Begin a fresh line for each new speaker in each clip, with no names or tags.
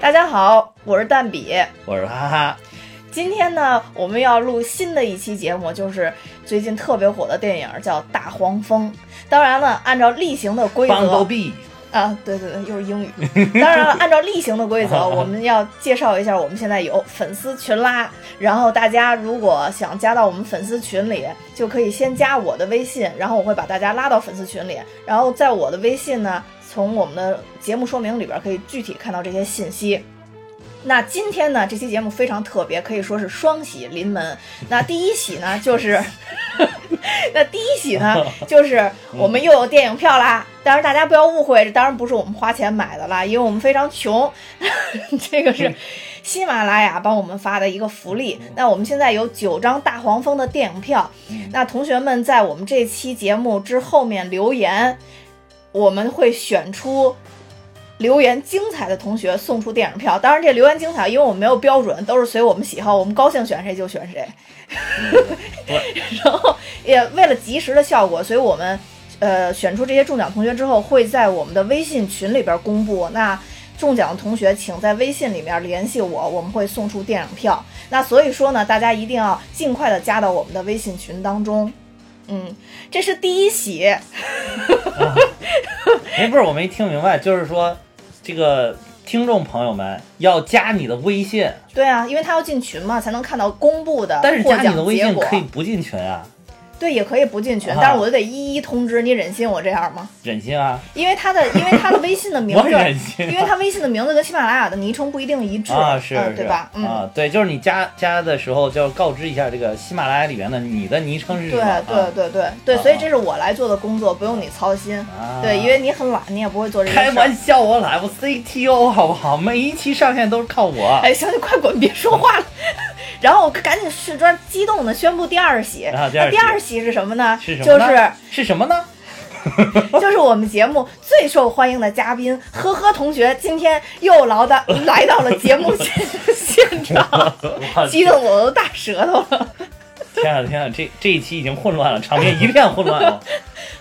大家好，我是蛋比。
我说哈哈，
今天呢，我们要录新的一期节目，就是最近特别火的电影叫《大黄蜂》。当然了，按照例行的规
邦
则
逗比，
啊，对对对，又是英语。 当然了，按照例行的规则，我们要介绍一下，我们现在有粉丝群啦。然后大家如果想加到我们粉丝群里，就可以先加我的微信，然后我会把大家拉到粉丝群里。然后在我的微信呢，从我们的节目说明里边可以具体看到这些信息。那今天呢，这期节目非常特别，可以说是双喜临门。那第一喜呢，就是，那第一喜呢，就是我们又有电影票啦。当然，大家不要误会，这当然不是我们花钱买的啦，因为我们非常穷。 这个是喜马拉雅帮我们发的一个福利。那我们现在有九张大黄蜂的电影票。那同学们在我们这期节目之后面留言，我们会选出留言精彩的同学送出电影票。当然，这留言精彩，因为我们没有标准，都是随我们喜好，我们高兴选谁就选谁。然后也为了及时的效果，所以我们呃选出这些中奖同学之后，会在我们的微信群里边公布。那中奖的同学，请在微信里面联系我，我们会送出电影票。那所以说呢，大家一定要尽快的加到我们的微信群当中。嗯，这是第一喜，
哎，不是，我没听明白，就是说这个听众朋友们要加你的微信，
对啊，因为他要进群嘛，才能看到公布的
但是
获
加你的
奖
微
结
信
果。
可以不进群啊，
对，也可以不进群，
啊
但是我就得一一通知你，忍心我这样吗？
忍心啊，
因为他的，因为他的微信的名
我
字，
忍心啊
因为他微信的名字跟喜马拉雅的昵称不一定一致
啊是
嗯
是
对吧？嗯，
啊，对，就是你加加的时候就要告知一下这个喜马拉雅里面的你的昵称是什
对
么啊，
对对对对，
啊
所以这是我来做的工作，不用你操心。
啊
对，因为你很懒，你也不会做这
开
些事儿。
玩笑，我来我 CTO 好不好？每一期上线都是靠我。
哎，行，你快滚，别说话了。 然后我赶紧是这激动的宣布第二喜。
啊第
那
二
第
喜
二喜是什么呢？
是什么
就
呢？
是
是什么呢？
就是我们节目最受欢迎的嘉宾呵呵同学，今天又来到来到了节目现现场，
我
激动得我都大舌头了。
天啊天啊，这这一期已经混乱了，场面一片混乱了。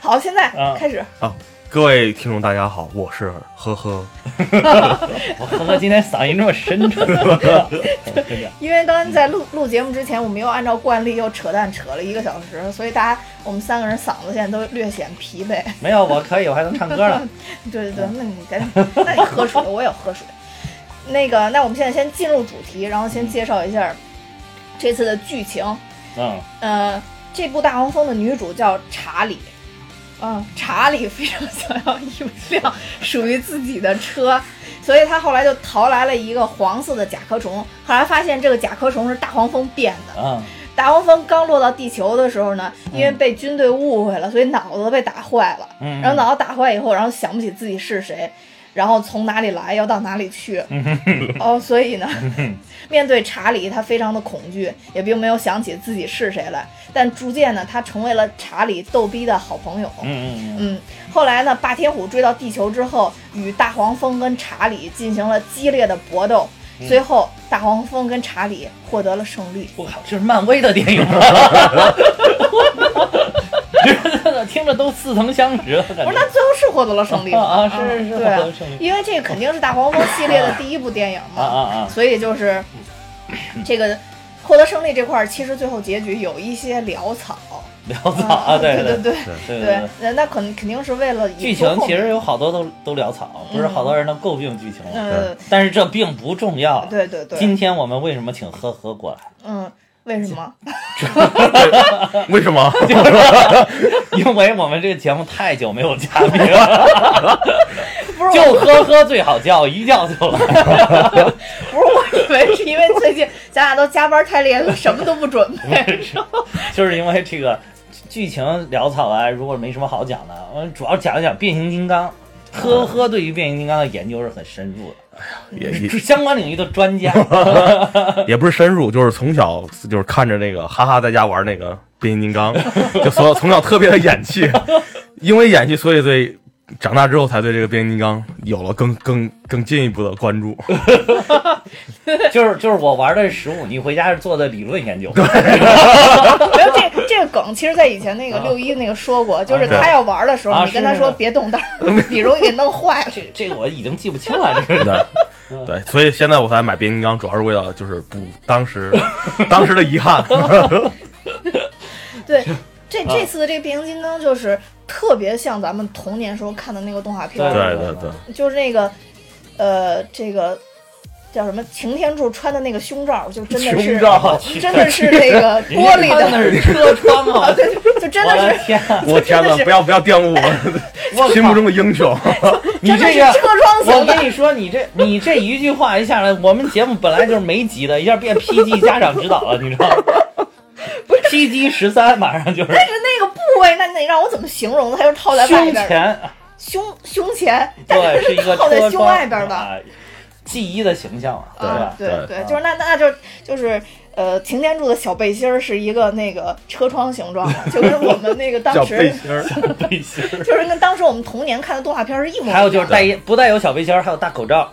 好，现在
啊
开始。
啊，各位听众大家好，我是呵呵。
我呵呵，今天嗓音这么深沉，真的。
因为刚才在录录节目之前，我们又按照惯例又扯淡扯了一个小时，所以大家我们三个人嗓子现在都略显疲惫。
没有，我可以，我还能唱歌呢。
对对对，那你赶紧，那你喝水，我也喝水。那个，那我们现在先进入主题，然后先介绍一下这次的剧情。
嗯，
呃，这部《大黄蜂》的女主叫查理，嗯、查理非常想要一辆属于自己的车，所以他后来就淘来了一个黄色的甲壳虫，后来发现这个甲壳虫是大黄蜂变的。
嗯，
大黄蜂刚落到地球的时候呢，因为被军队误会了，所以脑子被打坏了。
嗯
然后脑子打坏以后，然后想不起自己是谁，然后从哪里来，要到哪里去。
嗯
哦，所以呢，面对查理，他非常的恐惧，也并没有想起自己是谁来。但逐渐呢，他成为了查理逗逼的好朋友。
嗯嗯嗯，
嗯，后来呢，霸天虎追到地球之后，与大黄蜂跟查理进行了激烈的搏斗，最后大黄蜂跟查理获得了胜利。
我靠，这是漫威的电影吗？听着都似曾相识的感
不是，
觉
那。最后是获得了胜利吗
啊啊是是是
对啊
获得了胜利
因为这肯定是大黄蜂系列的第一部电影嘛，
啊啊啊
所以就是这个获得胜利这块儿，其实最后结局有一些潦草，
潦草啊，对
对
对
对
对
对，那那可能肯定是为了引出
剧情
后
其
面
实有好多都都潦草，不是好多人能诟病剧情吗？
呃，
但是这并不重要。
对对对，
今天我们为什么请呵呵过来？
嗯，为什么？
为什么？
因为我们这个节目太久没有嘉宾了，
不是
就呵呵最好叫，一叫就来。
不是，我以为是因为最近咱俩都加班太厉害了，什么都不准备。
就是因为这个剧情潦草啊，如果没什么好讲的，我们主要讲一讲变形金刚。呵呵，对于变形金刚的研究是很深入的，
也
是
也
相关领域的专家。
也不是深入，就是从小就是看着那个哈哈在家玩那个变形金刚， 就所有从小特别的演戏， 因为演戏所以对长大之后才对这个变形金刚有了更更更进一步的关注。
就是就是我玩的是实物，你回家是做的理论研究。
没有这这个梗，其实在以前那个六一那个说过，就是他要玩的时候，
啊
你跟他
是
说
是
别动蛋儿，你容易给弄坏了。
这这个我已经记不清了，这个
对对，所以现在我才买变形金刚，主要是为了就是补当时 当时的遗憾。
对，这这次的这个变形金刚就是特别像咱们童年时候看的那个动画片
对
儿，
对对，
就是那个，呃，这个叫什么？擎天柱穿的那个胸罩，就真的
胸
是
罩
真的是那个 玻璃
那
的，
是车窗 啊！我
就真的
的
是
天啊，
我天哪，不要不要玷污
我
我
靠
心目中的英雄。
你
真的
这
是
个
车窗
我
型
跟
的。
你说，你这你这一句话一下来，我们节目本来就是没级的，一下变 PG 家长指导了，你知道吗？不是 PG 十三，马上就是
但是那个部位，那你让我怎么形容呢？它就套在外
胸
边儿，
前，
胸胸前，
对，是一 个
套在
车
胸
窗
外边儿的
啊记忆的形象嘛，对
啊
吧，？
对
对
就是那那就就是呃，擎天柱的小背心儿是一个那个车窗形状，就跟我们那个当
叫背
时
心儿，
背心儿
就是跟当时我们童年看的动画片儿是一模一样。
还有就是带一不带有小背心儿，还有大口罩，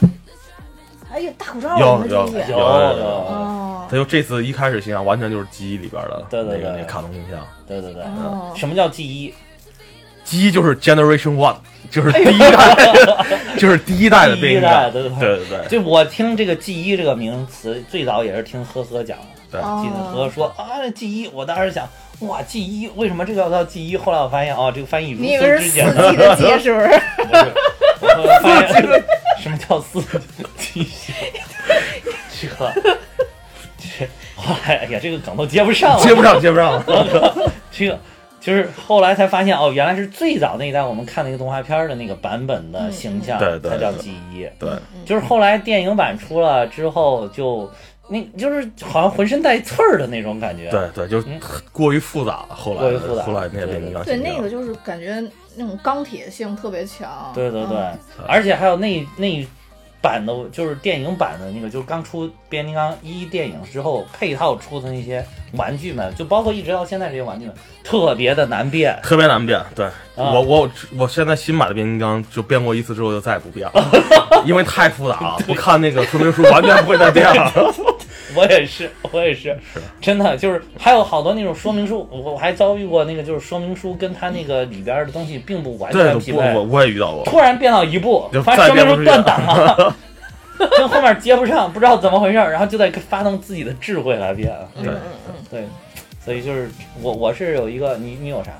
哎呦，大口罩
有
我们
有
理解
有
哦
他就这次一开始形象完全就是记忆里边的
对
那
对
个
对
那个卡通形象。
对对对。
哦，
什么叫记忆？
记忆就是 Generation One，就是第一代， 就是第一代的
哎第
变
一
形金
代，
刚。
对对对。
对对对，
就我听这个记忆这个名词，最早也是听呵呵讲的。记得
哦
和说啊，记忆，我当时想，哇，记忆，为什么这个叫记忆？后来我发现啊，这个翻译如
你以为
此
是
之
四
简单，
季的 季是不是？
不是我发现什么叫四季？这这后来，哎呀，这个梗都接不上了，
接不上，接 不上。
这个就是后来才发现哦，原来是最早那一代我们看那个动画片的那个版本的形象，
嗯嗯对对
才叫
对
记忆。
对，
嗯
就是后来电影版出了之后就，那就是好像浑身带刺儿的那种感觉。
对对，就是
嗯
过于复杂了。后来
过于复杂
后来那个变形金刚
对，
形象
那个就是感觉那种钢铁性特别强。
对对对
嗯，
而且还有那那一版的，就是电影版的那个，就是刚出《变形金刚一》电影之后配套出的那些玩具们，就包括一直到现在这些玩具们，特别的难变。
特别难变。
啊
对我我我现在新买的变形金刚就变过一次之后就再也不变 了，因为太复杂了。不看那个说明书完全不会再变 了。
我也是，我也是，真的就是还有好多那种说明书，我我还遭遇过那个就是说明书跟它那个里边儿的东西并不完
对，
全
我
匹
我
配，
我也遇到过。
突然变到一步
就，
发
再
说明
变
书
不出去
断档了。跟后面接不上，不知道怎么回事儿，然后就得发动自己的智慧来变。啊
嗯
对
嗯嗯
对，所以就是我我是有一个你你有啥？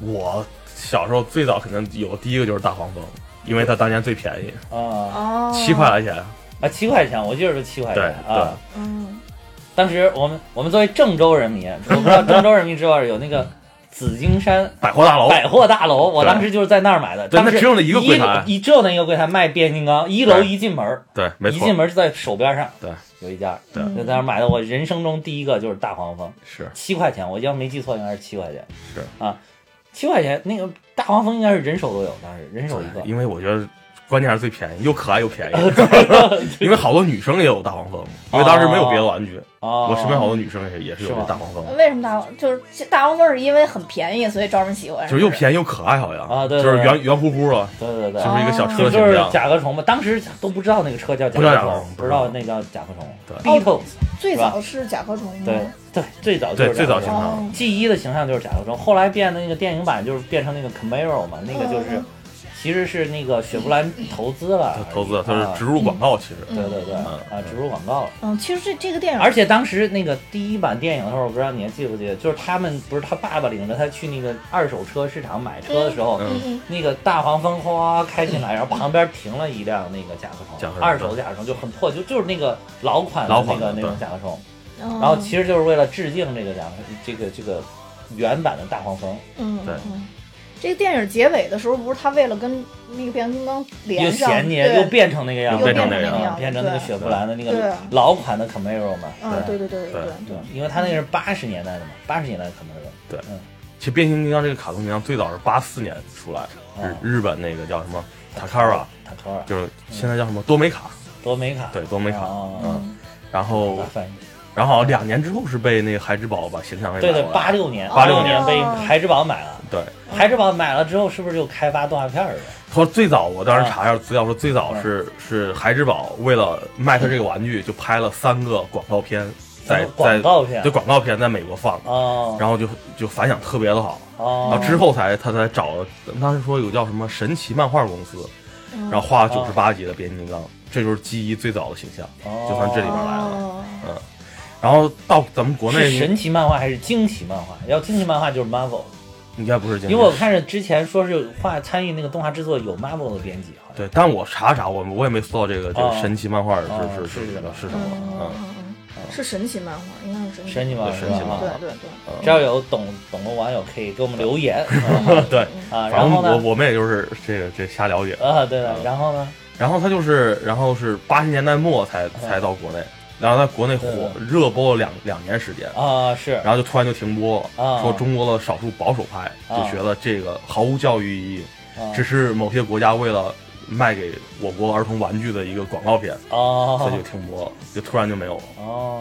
我小时候最早可能有的第一个就是大黄蜂，因为它当年最便宜，
嗯
啊
哦，
七块来钱。
啊七块钱，我记得是七块钱
对
啊。
嗯，
当时我们我们作为郑州人民，我不知道郑州人民知道有那个紫金山
百货大楼，
百货大楼，我
哦对
当时就是在那儿买的。
对
当时
那只有那一个柜台啊
一只有那一个柜台卖变形金刚，一楼
对
一进门儿，
对，没
一
错
进，门就在手边上，
对，
有一家，
对
就在那儿买的。我人生中第一个就是大黄蜂，
是
七块钱，我要没记错应该是七块钱。
是
啊，七块钱那个大黄蜂应该是人手都有，当时人手一个。哦
因为我觉得关键是最便宜，又可爱又便宜。 因为好多女生也有大黄蜂，因为当时没有别的玩具，
哦，
我身边好多女生也也是有
是吗
这大黄蜂，
为什么大黄就是大黄蜂是因为很便宜，所以招人喜欢？
就是又便宜又可爱，好像
啊对对
就是
对
圆圆乎乎的，
对对对，
就是一个小
就
车的
就是
形象。
甲壳虫嘛，当时都不知道那个车叫甲
不知道
壳
甲壳
虫
虫，
不知道那叫甲壳虫。
对
Beatles，
最早是甲壳虫吗？
对对，最早就
对，
是
最早
甲
形
壳虫
象
哦，
G 一的形象就是甲壳虫，后来变的那个电影版就是变成那个 Camaro 嘛，那个就是
嗯
其实是那个雪佛兰投资了
它
而已，
投资它
啊
是植入广告，其实
对对对
嗯
啊，植入广告了。
嗯，其实这这个电影，
而且当时那个第一版电影的时候，我不知道你还记不记得，就是他们不是他爸爸领着他去那个二手车市场买车的时候，
嗯嗯，
那个大黄蜂哗开进来，然后旁边停了一辆那个
嗯
甲壳虫，
甲壳虫
二手的甲壳虫就很破，就就是那个老款的
老
那
款
个
的
那
对
种甲壳虫，
然
然后其实就是为了致敬这个甲壳这个这个原版的大黄蜂，
嗯，
对
嗯这个电影结尾的时候，不是他为了跟那个变形金刚
又
连上，
衔接
对
又变成那个样子，
又变成那个
样子
变成那个
对
雪佛兰的那
对
个老款的 Camaro 嘛，
啊，对对对对
对
对，因为它那个是八十年代的嘛，八十年代的 Camaro，
其实变形金刚这个卡通形象最早是八四年出来，
嗯
日日本那个叫什么 Takara，
塔科尔
就是现在叫什么多美卡，
多美卡，
对多美卡
哦哦
嗯，
然
哦
后
翻译
然后好像两年之后是被那个孩之宝把形象给
对对
买，过来
八六年
86
年
年
被孩之宝买了，
对。
孩之宝买了之后是不是就开发动画片儿了？
他说最早，我当
啊
时查一下资料，说最早
嗯
是是孩之宝为了卖他这个玩具，就拍了三个广告片，在
广
在
告片
对广告片在美国放，
哦，
然后就就反响特别的好，然
哦
后之后才他才找，当时说有叫什么神奇漫画公司，
嗯
然后画了九十八集的变形金刚，这就是记忆最早的形象。
哦
就算这里边来了
哦
然后到咱们国
是
内
神奇漫画还是惊奇漫画？要惊奇漫画就是 Marvel，
应该不是经
因为我看着之前说是有画参与那个动画制作有 Marvel 的编辑，好像
对，但我查查，我我也没搜到这个这
哦
个神奇漫画
哦
是
是
是
的
是是什么
哦，
嗯，
哦是神奇漫画，应该是神
神
奇
奇漫画，
对神奇
漫
漫
漫
画
画。
嗯
画。嗯
对对对，
这要有懂懂的网友可以给我们留言啊
对，
啊，
反
然
正
后
我嗯
呢？
我们也就是这个这瞎了解。
啊，对了，然后呢？
然后他就是，然后是八十年代末
呃
才才到国内，然后在国内火热播了两两年时间，
啊，是
然后就突然就停播了。
啊
说中国的少数保守派就
啊
觉得这个毫无教育意义，
啊
只是某些国家为了卖给我国儿童玩具的一个广告片，所以就
哦
停播了，就突然就没有了。
哦，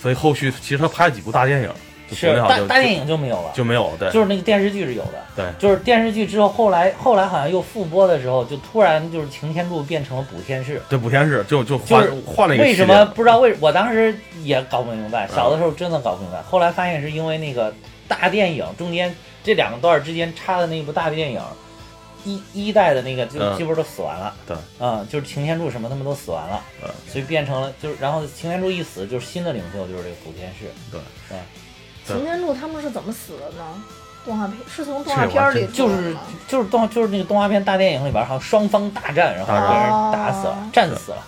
所以后续其实他拍了几部大电影，就国
是
内好
大
像就
大电影就没有了，
就没有了，对，
就是那个电视剧是有的，
对
就是电视剧之后，后来后来好像又复播的时候，就突然就是擎天柱变成了补天士，
对补天是就就
就
换
是
换了一个
为
系
什
列
么不知道为？我当时也搞不明白，小的时候真的搞不明白，后来发现是因为那个大电影中间这两个段儿之间插的那部大电影。一一代的那个就
嗯
基本都死完了，
对，
嗯，就是擎天柱什么他们都死完了，
嗯
所以变成了就是，然后擎天柱一死，就是新的领袖就是这个补天嗯士，
对
擎天柱他们是怎么死的呢？动画片是从
这
动画
我
片儿
真
里
就
出来的
是
吗
就是动就是那个动画片大电影里边，好像双方大战，然后
大战
把人打死了
哦，
战死了，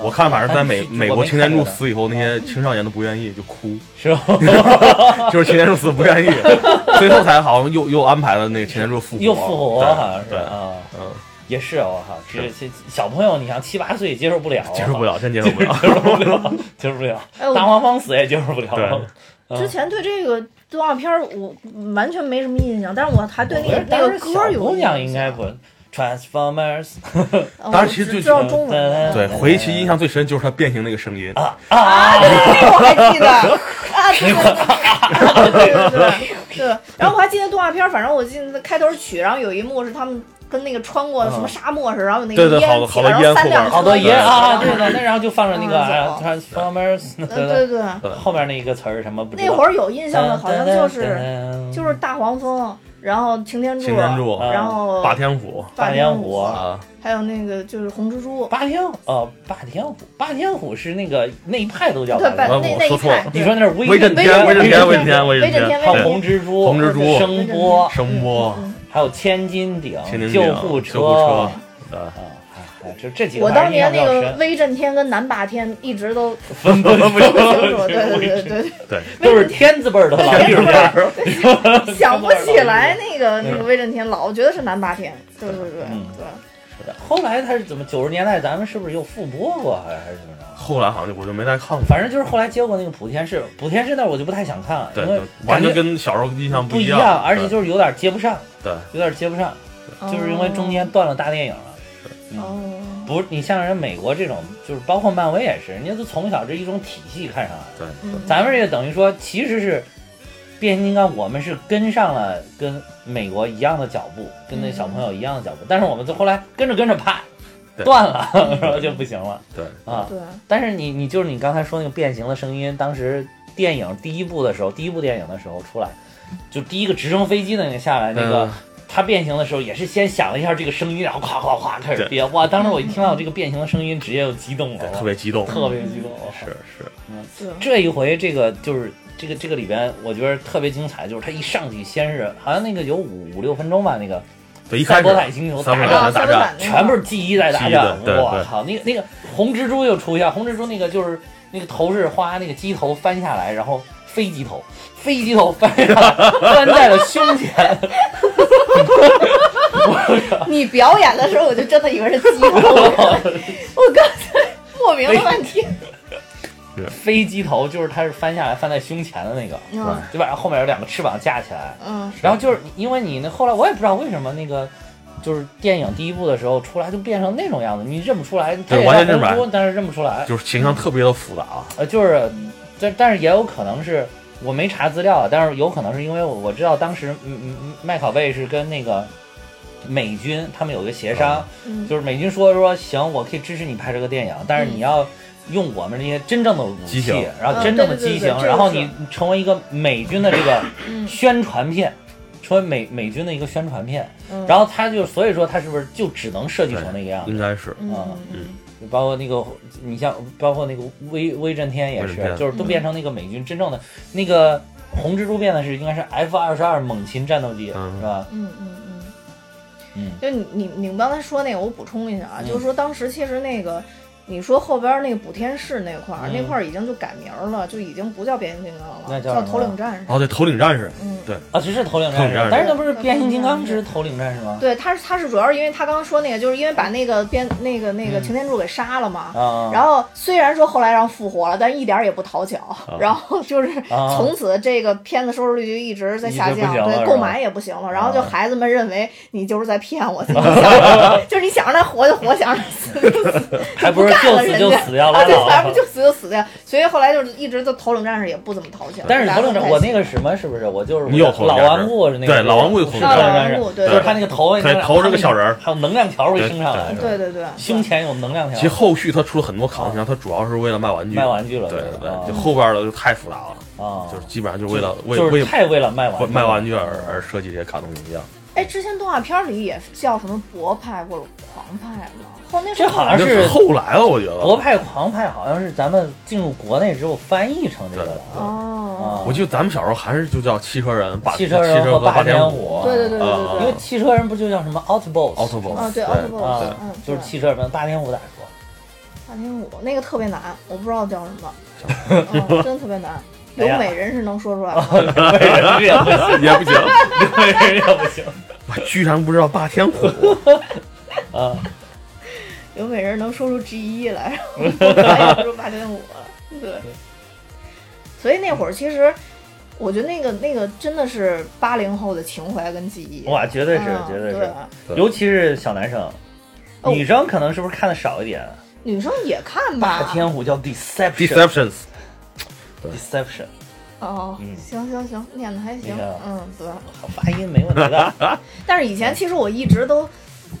我看反正在美
啊
美国擎天柱死以后，
没
那
看
些青少年都不愿意，就哭，
是吧？
就是擎天柱死不愿意， 最后才好像又又安排了那个擎天柱 复活，
又复活
对
好像是
对，
啊，
嗯，
也是哦我靠，这
是
这小朋友，你想七八岁接受不了，
接受不
了，
了，真接受不了。
接受不了，接受不了，
哎我
大黄蜂死也接受不
对
了，嗯
之前对这个动画片儿我完全没什么印象，但是我还对那
我
个
觉得
那
当时
个歌
小
儿有
姑
印
娘
象。
应该不 Transformers
哦，
当
我
时其实
只
最
知道
喜欢
中文的。
对，回忆起印象最深就是他变形那个声音，
啊，对对对，我还记 得啊，对对对对对对对。然后我还记得动画片儿，反正我记得开头曲，然后有一幕是他们跟那个穿过什么沙漠似的，然后有那
对
个
对
烟
好
起
好
来，
多
然后
烟
三
后边
辆
儿
车
好多
一
爷
起
啊，
然后
对的，那然后就放着那个
嗯
啊 Transformers，对
嗯，
对
对对，
对
后面那个词儿什么不知
那
道
会。儿有印象的，好像就是就是是大黄蜂，然后擎天柱，
擎天柱、
啊
然后
霸天虎
霸
霸天虎
虎，
啊，
还有那个就是红蜘蛛，
霸天虎呃霸天虎，霸天虎是那个那一派都叫
对，
霸
把
天虎。
啊我
那那一
说错了
派，对
你说那是
威震
震
天、
威
威震
震
天、
天
威震天、威
威
震
震
天
天，
还有
对
红蜘蛛、
红蜘蛛
声波，
声波、
还有千斤顶
千斤、顶
嗯救护
救护
啊，
车，啊，
哎哎就这几个
我当年那
玩意儿印
个
象
威震天跟南霸天一直 都分
分分
不清楚，对对对对
对，
比较深都是 天字辈儿的老
天
爷
字
们
辈
儿
儿。 对，想不起来那个那个威震天老，我觉得是南霸天，对对对
嗯
对，
是的 后来他是怎么？九十年代咱们是不是又复播过，啊还还是怎么着？
后来好像就我就没再看过，
反正就是后来接过那个普天士，普天士那我就不太想看了，
对
因为，
就完
感
全
觉
跟小时候印象
不
一
一
样，
而且
对
就是有点接不上，
对
有点接不上，
哦
就是因为中间断了大电影了。嗯
哦，
不是你像人美国这种，就是包括漫威也是，人家都从小这一种体系看上来的。
对，
嗯
咱们这个等于说其实是变形金刚，我们是跟上了跟美国一样的脚步，跟那小朋友一样的脚步，但是我们就后来跟着跟着啪
对
断了，然后就不行了
对
啊。
对
但是你你就是你刚才说那个变形的声音，当时电影第一部的时候，第一部电影的时候出来，就第一个直升飞机的那个下来那个
嗯。
它变形的时候也是先想了一下这个声音，然后咵咵咵开始
对
变。哇！当时我一听到这个变形的声音，直接就激动了，
对，特别激动，
哦特别激动。我靠
是是，
对，
这一回这个就是这个这个里边，我觉得特别精彩，就是他一上去先是好像那个有五五六分钟吧，那个
对，一开
赛
始
博坦星球
三
大
国
战。
啊，
坦
三
大
国
战
版那个
全部是记忆在打仗
记忆的，对
我靠！那个那个红蜘蛛又出现，红蜘蛛那个就是那个头是花那个鸡头翻下来，然后飞机头，飞机头翻下来， 翻在了胸前，
你表演的时候，我就真的以为是鸡头， 我刚才莫名了半 天。
飞机头就是它是翻下来翻在胸前的那个，
嗯
对吧？然后后面有两个翅膀架起来，
嗯，
然后就是因为你那后来我也不知道为什么那个就是电影第一部的时候出来就变成那种样子，你认不出来，它也
完全
叫
认不
红
出来
猪，但是认不出来。
就是情商特别的复杂，
呃，就是，但但是也有可能是我没查资料啊，但是有可能是因为我我知道当时嗯嗯嗯麦考贝是跟那个美军他们有一个协商，
嗯
就是美军说说行，我可以支持你拍这个电影，但是你要。用我们这些真正的武
机
器
型，
然后
嗯
真正的
对对
机
对对
型，
这个
然后
是
你成为一个美军的这个
嗯
宣传片，说美美军的一个宣传片，
嗯
然后他就所以说他是不是就只能设计成那个样子？
应该是
嗯
啊
嗯
包括那个你像包括那个威威震天也
威
是
震，天
就是都变成那个美军真正的那个红蜘蛛变的是应该是 F 二十二猛禽战斗机、
嗯
是吧？
嗯嗯嗯
嗯，
就你你你们刚才说那个，我补充一下啊，
嗯
就是说当时其实那个。你说后边那个补天士那块儿，
嗯
那块儿已经就改名儿了，就已经不叫变形金刚了，
那叫
叫
什么
头领战士。
哦，对，头领战士，
嗯，
对
啊，只是头领战
头领
士
战士，
但是那不是变形金刚
嗯
之头领战士吗？
对，他是他是主要是因为他刚刚说那个，就是因为把那个变那个那个
嗯
擎天柱给杀了嘛。
啊，
然后虽然说后来让复活了，但一点儿也不讨巧。然后就是
啊
从此这个片子收视率就一直在下
一直
降，
不行了
对，
是吧
购买也不行了。然后就
啊
孩子们认为你就是在骗我， 你想就是你想让他活就活，想让他死就死，
还不是
干
就
了
死
人
就
家
死掉
啊，
拉
对，
倒
反正就死就死掉。所以后来就是一直都头领战士也不怎么讨巧。
但是
大家
头
都
领战，
开
我
心
那个什么是不是？我就是
你有头
老
领战士
顽固是那个
对老顽固有头领
战士
老顽固
对
就是他那个头
对头是个小人儿
还有能量条会升上来，是
对
吧
对对对，
胸前有能量
其实
条，
后续他出了很多卡通片，他主要是为了卖玩具，
卖玩具了，哦
对对
吧
对，就后边的就太复杂了，
啊，
就是基本上就是为了为
就是
为
太为了卖玩具了
卖玩具而而设计这些卡通形象，
哎，之前动画片里也叫什么博派或者狂派吗？后那时
这
候
好像是
那后来了，我觉
国
得，
派狂派好像是咱们进入国内之后翻译成这个的
哦，
啊
我。记得咱们小时候还是就叫汽车人，把
汽车
汽
人
车
和
和
霸
天
天虎，
对对对对对
啊因
对
为，汽车人不就叫什么 Autobots
Autobots
啊对
对
Autobots，
啊
嗯，，
就是
对
汽车人，霸天虎咋说？
大天舞那个特别难，我不知道叫什 么，嗯，真特别难。
哎
有
呀
美人是能说出来的，
对，也不行，
也不行，
对，也不行
我居然不知道霸天虎，
啊。
有美人能说出 G 一来，然后我也说八点五了， 对。所以那会儿其实，我觉得那个那个真的是八零后的情怀跟记忆，
哇，绝对是，
嗯
绝对
对
是，
对
尤其是小男生，
哦
女生可能是不是看的少一点？
女生也看
霸
吧，
天虎叫 deception
Deceptions，
deception，
哦，
嗯
行行行，念的还行
你看啊，
嗯，对。
发音没问题 的。
但是以
哎
前其实我一直都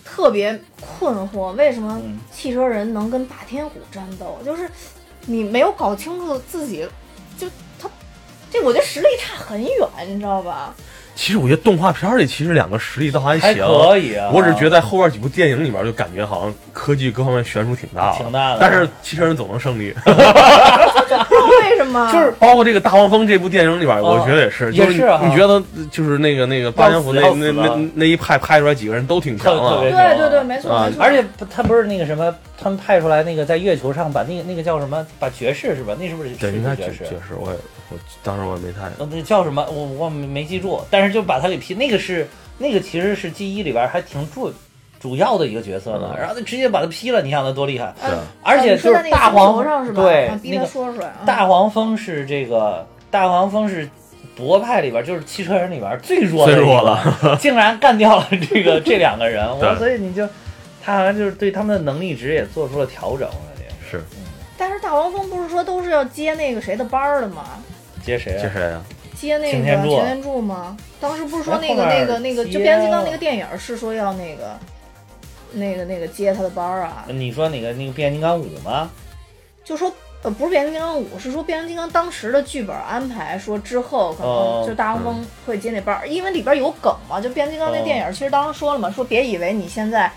特别困惑，为什么
嗯
汽车人能跟霸天虎战斗？就是你没有搞清楚自己，就他这，我觉得实力差很远，你知道吧？
其实我觉得动画片里其实两个实力都还
还
行，
可以啊，
我只是觉得在后边几部电影里面就感觉好像科技各方面悬殊挺大的，
挺大的
但是汽车人总能胜利，
不知道为什 么，
就是包括这个《大黄蜂》这部电影里边，我觉得也是，
啊也
就是是
啊
你觉得就是那个那个八仙湖那
要死
那
了
那那一派拍出来几个人都挺强啊
特特别
的，
对对对，没错
啊
没错，
而且不他不是那个什么，他们派出来那个在月球上把那个那个叫什么，把爵士是吧？那是不是
对，
是
应该
爵
爵
士
爵？士，我也我当时我也没太
呃那叫什么？我我没没记住，但是就把他给劈。那个是那个其实是 G 一里边还挺主主要的一个角色呢，
嗯
然后他直接把他劈了，你想他多厉害！
嗯
对啊
而且
说
就
在那
是
个
大
星
黄
球上是吧？
对
啊逼
那
他
个
说出来啊。
大黄蜂是这个大黄蜂是博派里边，就是汽车人里边最弱的
最弱
了，竟然干掉了这个这两个人，我
对
所以你就他好像就是对他们的能力值也做出了调整，我觉得
是
但是大黄蜂不是说都是要接那个谁的班儿的吗？
接谁
这
啊？
谁呀？
接那个
擎
擎
天柱
天柱吗？当时不是说那个那
哎后
个
面
那个，
接
就变形金刚那个电影是说要那个那个那个接他的班儿啊，
你说哪个那个变形金刚五吗？
就说呃不是变形金刚五，是说变形金刚当时的剧本安排说之后可
哦
能就大黄蜂会接那班儿，因为里边有梗嘛，就变形金刚那电
哦
影其实当时说了嘛，说别以为你现在。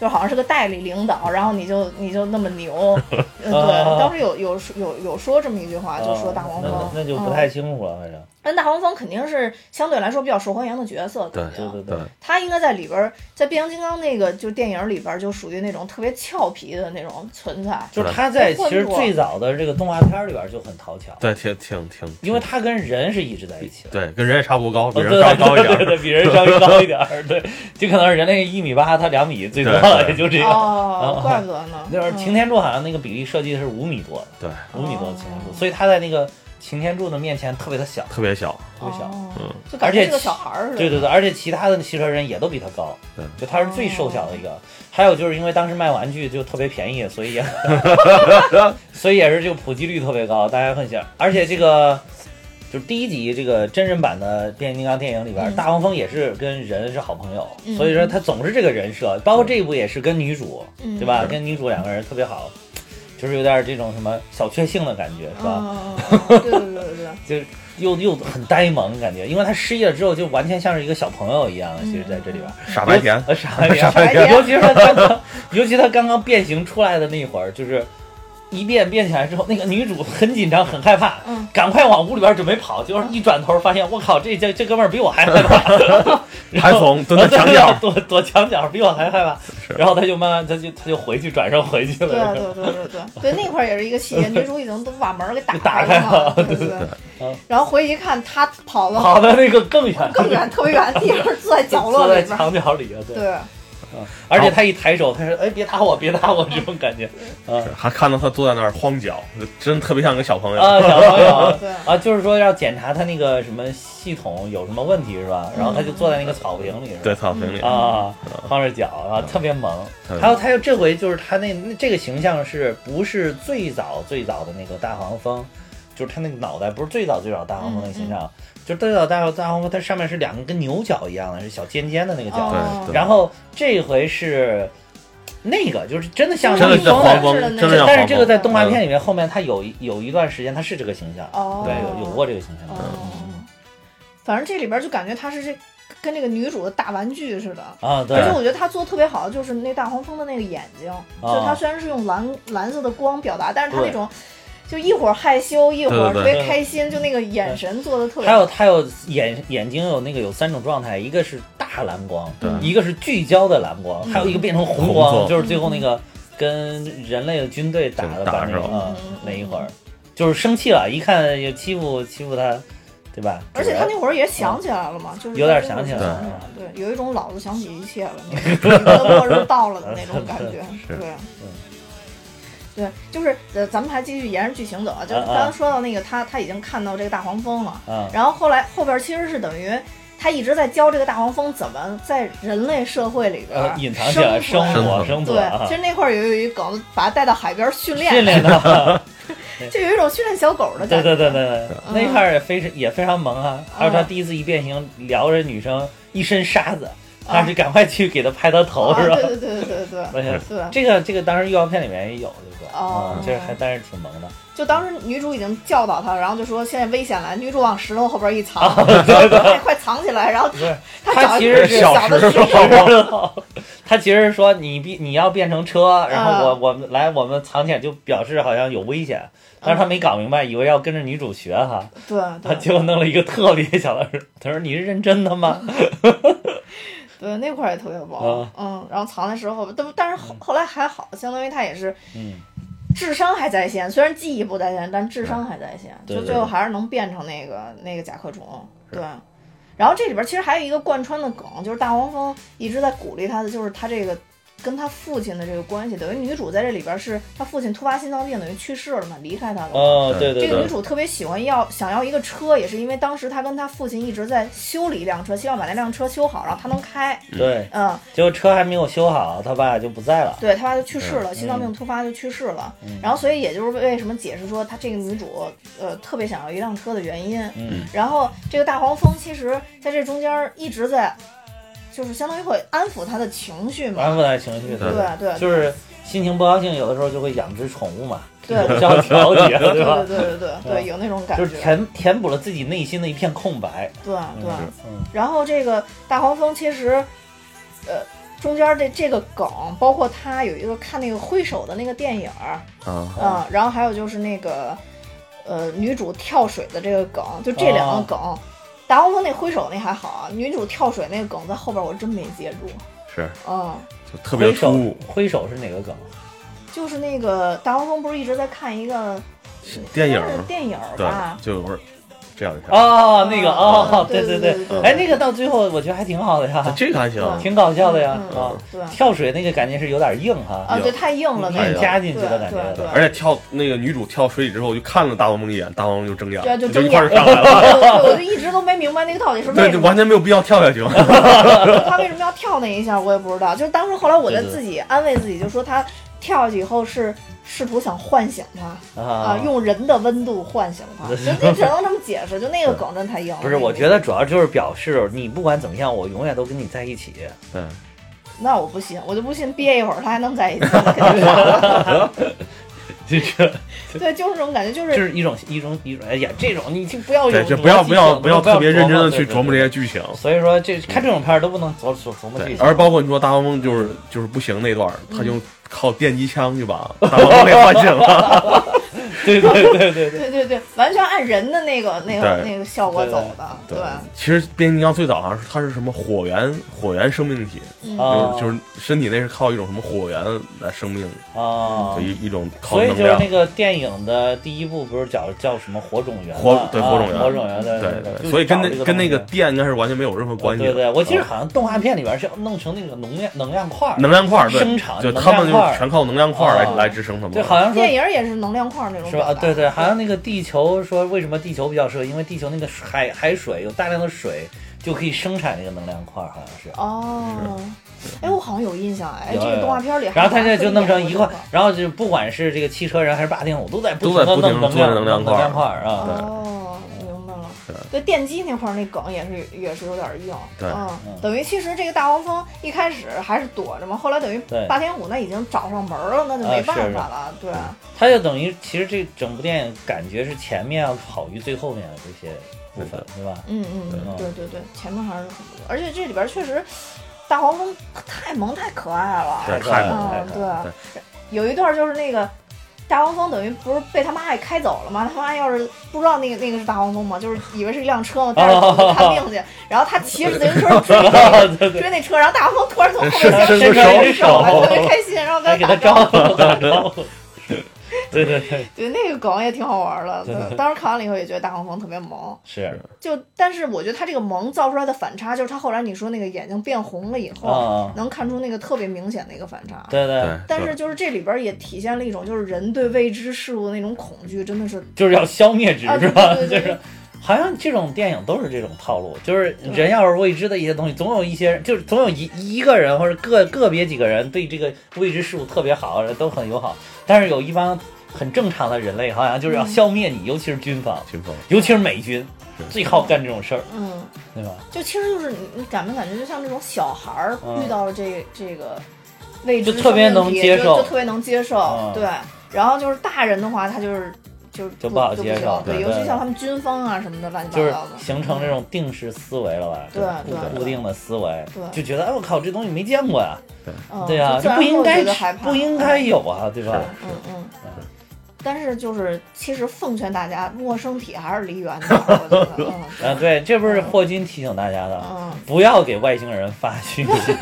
就好像是个代理领导，然后你就你就那么牛， 呃
哦
对，当时有有有有说这么一句话，啊就说大黄蜂
哦，那那就不
嗯
太清楚了，反正
但大黄蜂肯定是相对来说比较受欢迎的角色，
对
肯定
对对
对，
他应该在里边儿，在变形金刚那个就电影里边儿就属于那种特别俏皮的那种存在。
就是他在
混
其实
过
最早的这个动画片里边就很讨巧，
对，挺挺挺，
因为他跟人是一直在一起的。
对跟人也差不多高，比
哦
人
对
高高一
对对对，
点，
比人稍微高一点儿，对，就可能人类一米八，他两米最多
对
了，
对
也就这样。
哦
啊，
怪不得呢。嗯
就是擎天柱好像那个比例设计是五米多，
对，
五米多的擎天柱，
哦
所以他在那个擎天柱的面前特别的小，
特别小，
特别小。
哦
嗯，
就感
而且
觉是个小孩儿似的。
对对对，而且其他的汽车人也都比他高
对，
就他是最瘦小的一个。还有就是因为当时卖玩具就特别便宜，所以也，所以也是这个普及率特别高，大家很想。而且这个就是第一集这个真人版的变形金刚电影里边，
嗯
大黄蜂也是跟人是好朋友，
嗯
所以说他总是这个人设，包括这一部也是跟女主，
嗯
对吧？
是
跟女主两个人特别好。就是有点这种什么小确幸的感觉，是吧？
哦，哦哦对对对对 对，
就是又又很呆萌感觉，因为他失业了之后就完全像是一个小朋友一样，
嗯
其实在这里边儿。
傻白甜，
呃，傻白
傻白
甜
尤其是他刚刚，尤其他刚刚变形出来的那会儿，就是一变变起来之后，那个女主很紧张，很害怕，
嗯
赶快往屋里边准备跑，结果一转头发现，我靠，这这这哥们儿比我还害 怕， 然
还
后，
怂，蹲在墙角
躲躲墙角，比我还害怕
是。
然后他就慢慢，他就他就回去，转身回去
对啊
了。
对啊对啊对 啊对啊对，那块儿也是一个细节，女主已经都把门儿给打
给 打
开
开了
对对
对
对
嗯。
然后回去一看，她跑了
跑的那个更远，
更远，特别远的地方，坐在角落
坐在
里边儿。
墙角里 啊，对。
对，
而且他一抬手，他说：“哎，别打我，别打我！”这种感 觉
还看到他坐在那儿慌脚，真特别像个小朋友。
啊，小朋友。
对，
啊，就是说要检查他那个什么系统有什么问题是吧？然后他就坐在那个草坪里，是吧
嗯对，草坪里，嗯
啊，光着脚啊，特别萌。
特别萌
还有他又这回就是他那那这个形象是不是最早最早的那个大黄蜂？就是他那个脑袋不是最早最早大黄蜂那个
嗯
形象，就是最早大大黄蜂它上面是两个跟牛角一样的，是小尖尖的那个角。
哦
对对
然后这回是那个，就是真的像
真的
蜜
像
蜂
黄
黄
蜂是
的。
蜂，
的那
真的
种
像
但是这个
黄蜂
在动画片里面后面，它有一有一段时间它是这个形象，啊
哦，
对，有有过这个形象。
哦，反正这里边就感觉她是这跟这个女主的大玩具似的。
啊，对
而
啊
哎
且我觉得她做的特别好的就是那大黄蜂的那个眼睛，就她虽然是用蓝蓝色的光表达，但是她那种就一会儿害羞，一会儿特
对对
别
对
开心，就那个眼神做的特别
还
好。
有它有眼眼睛有那个有三种状态，一个是大蓝光，
对嗯
一个是聚焦的蓝光，还有一个变成红
红
光，
色
就是最后那个跟人类的军队打
就
的
打
把那
是
个
吧
嗯
嗯
那一会儿，就是生气了，一看也欺负欺负他，对吧？
而且
主
她
人
那会儿也想起来了嘛，就是
嗯有点想起来
了
了，
对，有一种老子想起一切了，那种 末日到了的那种感 觉，对。
嗯
对，就是呃，咱们还继续沿着剧情走啊，就是
啊啊
刚刚说到那个他他已经看到这个大黄蜂了，
啊
然后后来后边其实是等于他一直在教这个大黄蜂怎么在人类社会里边
呃隐藏起来生
生
存
火生火
对，
啊
其，实那块儿有有一梗，把它带到海边训练，
训练他，
就有一种训练小狗的
对
感觉。
对对对对，
嗯
那块儿也非常也非常萌啊，还有他
嗯
第一次一变形撩着女生一身沙子，他是赶快去给他拍他头
啊，
是吧
对？对对对对嗯对
哎呀
对。
这个这个当时预告片里面也有这个，
哦
嗯，这还但是挺萌的，
就当时女主已经教导他，然后就说现在危险了，女主往石头后边一 藏，哎快藏起来，然后
不是
他
他
找
其实
一
是
个
小
的
石
石
头
头，
他其实是说你必你要变成车，然后我
嗯
我们来我们藏起来就表示好像有危险，但是他
嗯
没搞明白，以为要跟着女主学哈，
对
他
对
结果弄了一个特别小的人，他说你是认真的吗？
对，呃那块儿也特别棒
啊，
嗯，然后藏在石头后边，但但是后后来还好，相当于他也是
嗯，
智商还在线，虽然记忆不在线，但智商还在线，
对
就
对
最后还是能变成那个那个甲壳虫。对，然后这里边其实还有一个贯穿的梗，就是大黄蜂一直在鼓励他的，就是他这个跟他父亲的这个关系，等于女主在这里边是他父亲突发心脏病，等于去世了嘛，离开他了嘛。
哦，对对
这个
对
女，主特别喜欢要想要一个车，也是因为当时她跟她父亲一直在修理一辆车，希望把那辆车修好，然后她能开。
对，
嗯，
结果车还没有修好，他爸就不在了，
对他爸就去世了，心脏病突发就去世了。然后所以也就是为什么解释说她这个女主呃特别想要一辆车的原因。
嗯
然后这个大黄蜂其实在这中间一直在，就是相当于会安抚她的情绪嘛。
安抚他情绪，
对
对，
对对
就是心情不高兴，有的时候就会养只宠物嘛，
对
有效调节，对
对
吧
对？对对对，有那种感
就是
觉。
填填补了自己内心的一片空白。
对对。
嗯，
然后这个大黄蜂其实，呃。中间这这个梗，包括他有一个看那个挥手的那个电影儿，
啊，
嗯，然后还有就是那个，呃，女主跳水的这个梗，就这两个梗。
哦
达黄蜂那挥手那还好啊，女主跳水那个梗在后边我真没接住。
是
嗯，
就特别突兀。
挥手是哪个梗？
就是那个达黄蜂不是一直在看一个
电影
应该是电影儿啊
对
吧，？
就有这样一看，
哦，那个
啊
哦，
对
对
对对
对，哎，那个到最后我觉得还挺好的呀，
啊这个还行，
对
挺搞笑的呀
嗯
啊。
对
跳水那个感觉是有点硬哈，
啊，对，太硬了，那
太
个
硬
对
加进去的感
对
觉
对
而且跳那个女主跳水里之后，我就看了大黄蜂一眼，大黄蜂就睁眼，
对啊就
就
睁
一
眼
块儿上来了。
对，我就一直都没明白那个到底是为
对，
什
就
么
完全没有必要跳下去嘛。
他为什么要跳那一下，我也不知道。就是当时后来我在
对对
自己安慰自己，就说他跳下去以后是试图想唤醒他，啊，
啊。
用人的温度唤醒 他，就就只能这么解释，就那个梗真太硬了。
不是，我觉得主要就是表示你不管怎么样，我永远都跟你在一起。
对，
那我不信，我就不信憋一会儿他还能在一起，肯定傻了
这个
对，就是这种感觉，就
就是是一种一种一种，哎呀，这种你就不要有
对，就
逻辑
不要不要
性
不要特别认真的
对
去
对
琢磨这
对
些剧情。
所以说这看这种片儿都不能琢琢琢磨
对
剧，情，
而包括你说大黄蜂就是就是不行那段儿，
嗯
他就靠电击枪去 把大黄蜂给唤醒了。
对对 对对对。
对对对，完全按人的那个那个
对
那个效果走的，对，
其实变形金刚最早好像是它是什么火源火源生命体，
嗯，
啊
就是就是身体那是靠一种什么火源来生命，
啊
就，一一种靠
所以
能
就是
量
那。个电影的第一部不是叫叫什么火种源吗？
火对
啊
火种源
火种源对
对
对，
对，所以跟
就找这
那跟那个
东西
电应该是完全没有任何关系
对
的。
对，我记得
啊
好像动画片里边是要弄成那个能量能量块儿，
能量块儿对
生产
就
能
他们
量块
就
儿
是全靠能量块儿
啊
来来支撑他们
对，。好像说
电影也是能量块那种
是吧？
表
啊
达
对对，好像那个地球说为什么地球比较适合？因为地球那个海海水有大量的水，就可以生产那个能量块儿，好像是。
哦，哎，我好像有印象，哎，
有
这个
有
动画片里还，
然后他这就弄成一块
还，
然后就不管是这个汽车人还是霸天虎，都在
都在
不
不
停地弄
停地
能
做
量
能量
块
块儿
儿
有
啊。
那个哦，明白了。对电机那块儿那梗也是也是有点硬，
对
嗯
嗯，
等于其实这个大黄蜂一开始还是躲着嘛，后来等于
对
霸天虎那已经找上门儿了，那就
啊
没
是
办法了，对，
他就等于其实这整部电影感觉是前面要好于最后面的这些部分，对吧？
嗯嗯
对
嗯，对对对，前面还是很不错，而且这里边确实大黄蜂太萌太可爱了，
对
太
太
可爱了
嗯
太，可爱了
对，有一段就是那个大黄蜂，等于不是被他妈给开走了吗？他 妈要是不知道那个那个是大黄蜂嘛，就是以为是一辆车嘛，带着狗去看病去，然后他骑着自行车追那个
对对
追那车，然后大黄蜂突然从后面
伸
伸
伸
出
出
一只手
手
来，特别开心，然后跟
还给
他
他
打招
招
呼，
呼，打招呼。对对对，
对那个梗也挺好玩的。对当时看完了以后也觉得大黄蜂特别萌，
是
就但是我觉得他这个萌造出来的反差，就是他后来你说那个眼睛变红了以后，
啊，
能看出那个特别明显的一个反差。
对
对
对，
对，
但是就是这里边儿也体现了一种就是人对未知事物那种恐惧，真的是
就是要消灭之
啊
是
对
吧？
对对
就
对
是好像这种电影都是这种套路，就是人要是未知的一些东西，总有一些人，就是总有一一个人或者个个别几个人对这个未知事物特别好，都很友好，但是有一帮很正常的人类，好像就是要消灭你，尤其是军方，
秦风
尤其是美军，最好干这种事儿，
嗯，
对吧？
就其实就是你你感没感觉就像那种小孩儿
嗯
遇到了这这个未知
就特别
生命
能
体
接
就
受
就特别能接受，
嗯
对。然后就是大人的话，他就是就
就
就
不好接
行
受
对，
对
尤其像他们军方啊什么的乱七
就
八
是
糟的，
形成这种定式思维了吧？
对
固
对
固定的思维，
对
就觉得哎我靠，这东西没见过呀，
嗯
对呀，
就自
这
然
不应
会
该
觉得害怕哎
不应该有啊，对吧？
嗯嗯
是。
但是就是，其实奉劝大家，陌生体还是离远 点儿，我觉得，嗯
啊，对，这不是霍金提醒大家的，
嗯，
不要给外星人发讯息。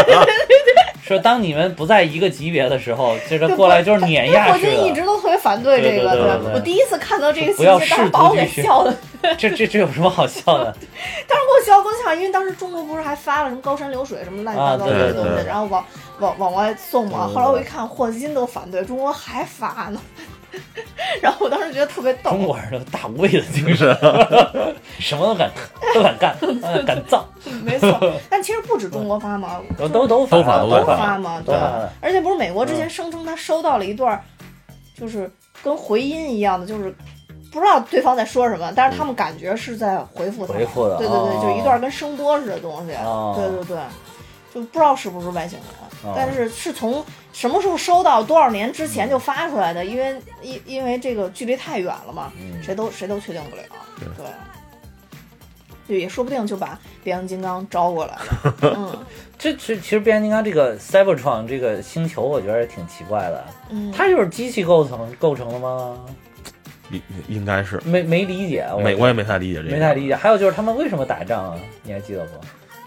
说当你们不在一个级别的时候，就是过来就是碾
因为
压
霍
式
金一
的。
直都特别反对这个，
对对对对对
我第一次看到这个
不要
信息，当
试
时
图
把我给
去
笑的，
这这这有什么好 笑的？
当时给我笑够呛，因为当时中国不是还发了什么高山流水什么乱七八糟
啊对
的
对
东
对
西，然后往往往外送嘛。
对对对
后来我一看，霍金都反对，中国还发呢， 然后我当时觉得特别
中
逗。
国人的大无畏的精神，什么都敢都 敢干，哎敢造，
嗯没错，但其实不止中国发嘛，
都都都
都
反
反
都
都
反
发嘛，
都
对
反
吧？
了。
而且不是美国之前声称他收到了一段，就是跟回音一样的，就是不知道对方在说什么，但是他们感觉是在回复他们，
嗯回复的
对对对，
哦
就一段跟声波似的东西，
哦
对对对，就不知道是不是外星人，
哦
但是是从什么时候收到，多少年之前就发出来的，因为因因为这个距离太远了嘛，
嗯
谁都谁都确定不了，对。就也说不定就把变形金刚招过来 了，嗯
这这其实变形金刚这个 Cybertron 这个星球，我觉得也挺奇怪的。
嗯，
它就是机器构成构成的吗？
应应该是
没没理解，我
没我也没太理解这个，
嗯没太理解。还有就是他们为什么打仗啊？你还记得不？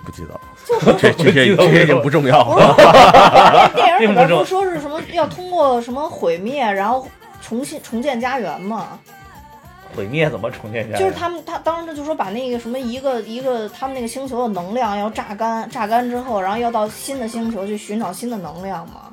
不记得 了，这这
不记得
些这些已经不 重要了。
电影里
并
边
不重
不说是什么要通过什么毁灭，然后重新重建家园嘛？
毁灭怎么重建家园？
就是他们他当时就说把那个什么一个一个他们那个星球的能量要榨干，榨干之后，然后要到新的星球去寻找新的能量嘛。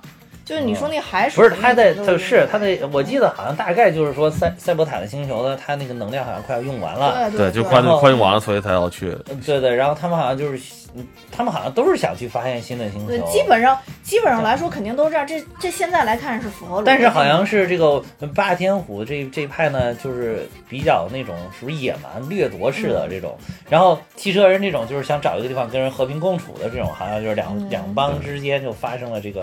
就是你说那海水
不是他
那
在，
个
他是他在，我记
得
得好像大概就是说赛赛博坦的星球呢，它那个能量好像快要用完了。
对
对，
对
就快
啊关
快用完了，所以才要去。
嗯对对，然后他们好像就是，嗯他们好像都是想去发现新的星
对，
球。
基。本上基本上来说肯定都是这样。这这现在来看是符合逻辑的，
但是好像是这个霸天虎这这派呢，就是比较那种属于野蛮掠夺
嗯
式的这种，然后汽车人这种就是想找一个地方跟人和平共处的这种，好像就是两、
嗯
两帮之间就发生了这个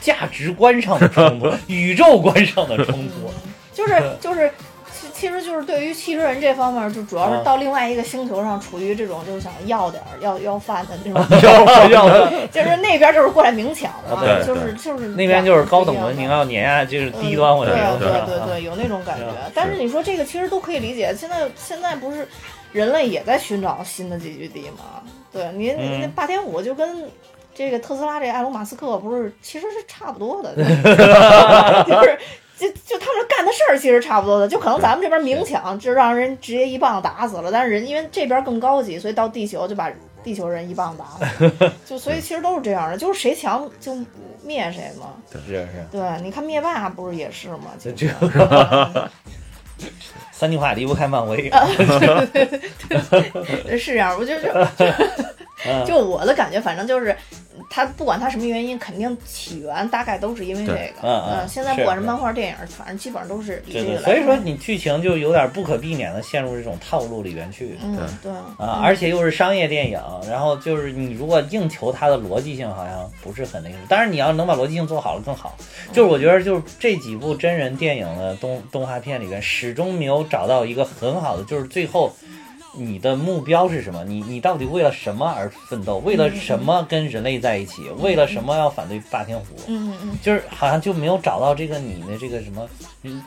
价值观上的 冲突，宇宙观上的冲突。
就是就是，其其实就是对于汽车人这方面，就主要
啊
是到另外一个星球上，处于这种就是想要点儿要要饭的 这种，
要要的
就是那边就是过来明抢的嘛
啊对，
就是就是
那边就是高等文
文
明
明。
要碾压，啊就是低端我这
对
种
对
的。
嗯对
啊
对，有那种感觉
是啊。
但是你说这个其实都可以理解，现在现在不是人类也在寻找新的集聚地吗？对你你那
嗯
霸天虎就跟。这个特斯拉这埃隆马斯克不是其实是差不多 的，就是就就他们干的事儿其实差不多的，就可能咱们这边明抢，就让人直接一棒打死了，但是人因为这边更高级，所以到地球就把地球人一棒打死 了，就所以其实都是这样的，就是谁强就灭谁嘛。
是是。
对，你看灭霸不是也是 吗？
这
就是
三句话离不开漫威，
是这样，我 就是就
嗯
就就我的感觉，反正就是他不管他什么原因，肯定起源大概都是因为这
对
个。
嗯嗯
现在
是
不管是
是
漫画、电影，反正基本上都是以
对
这个
对，
来。
所以说，你剧情就有点不可避免的陷入这种套路里边去
嗯，对
啊，而且又是商业电影，然后就是你如果硬求它的逻辑性，好像不是很那个。当然，你要能把逻辑性做好了更好。就是我觉得，就是这几部真人电影的动动画片里边，始终没有找到一个很好的，就是最后你的目标是什么？你你到底为了什么而奋斗？为了什么跟人类在一起？为了什么要反对霸天虎？
嗯嗯
就是好像就没有找到这个你的这个什么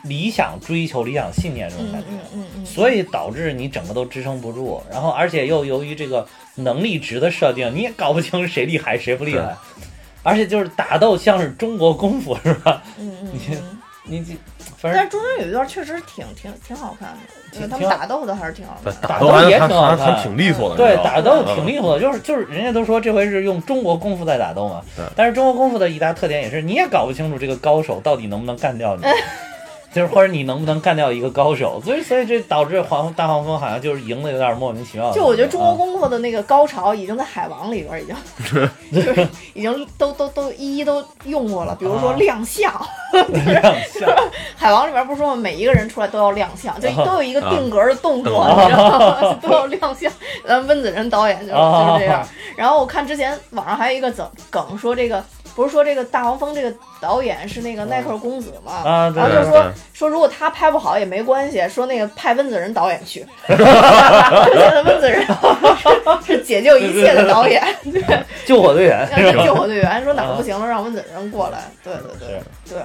理想追求、理想信念这种
嗯
感觉。
嗯嗯嗯
所以导致你整个都支撑不住，然后而且又由于这个能力值的设定，你也搞不清谁厉害谁不厉害，而且就是打斗像是中国功夫是吧？
嗯嗯
你
嗯。
你这反
但是
正
中间有一段确实挺挺挺好看的，就
挺
他
挺
们
好
打斗的还是挺好看的。
打
打
斗
斗还
也
还
挺好
还
看
还挺利索的，你
对
知道吗嗯
打斗挺利索的，就是就是人家都说这回是用中国功夫在打斗嘛
对，
但是中国功夫的一大特点也是你也搞不清楚这个高手到底能不能干掉你。就是或者你能不能干掉一个高手，所以所以这导致黄大黄蜂好像就是赢的有点莫名其妙的感。
就我觉得中国
啊
功夫的那个高潮已经在海王里边儿已经， 就是已经都都都一一都用过了。比如说
啊
亮相，海王里边不是说每一个人出来都要亮相，就
啊
都有一个定格的动作，
啊
你知道吗？ 都要亮相。呃，温子仁导演就是、
啊
就是这样。然后我看之前网上还有一个梗梗说这个。不是说这个大黄蜂这个导演是那个耐克公子嘛？
啊对
然后就
对
说
对
说如果他拍不好也没关系，说那个派温子仁导演 去，觉得温子仁是解救一切的导演，
救火队 员，
让救火队员说哪儿不行了，让温子仁过来。对对对对，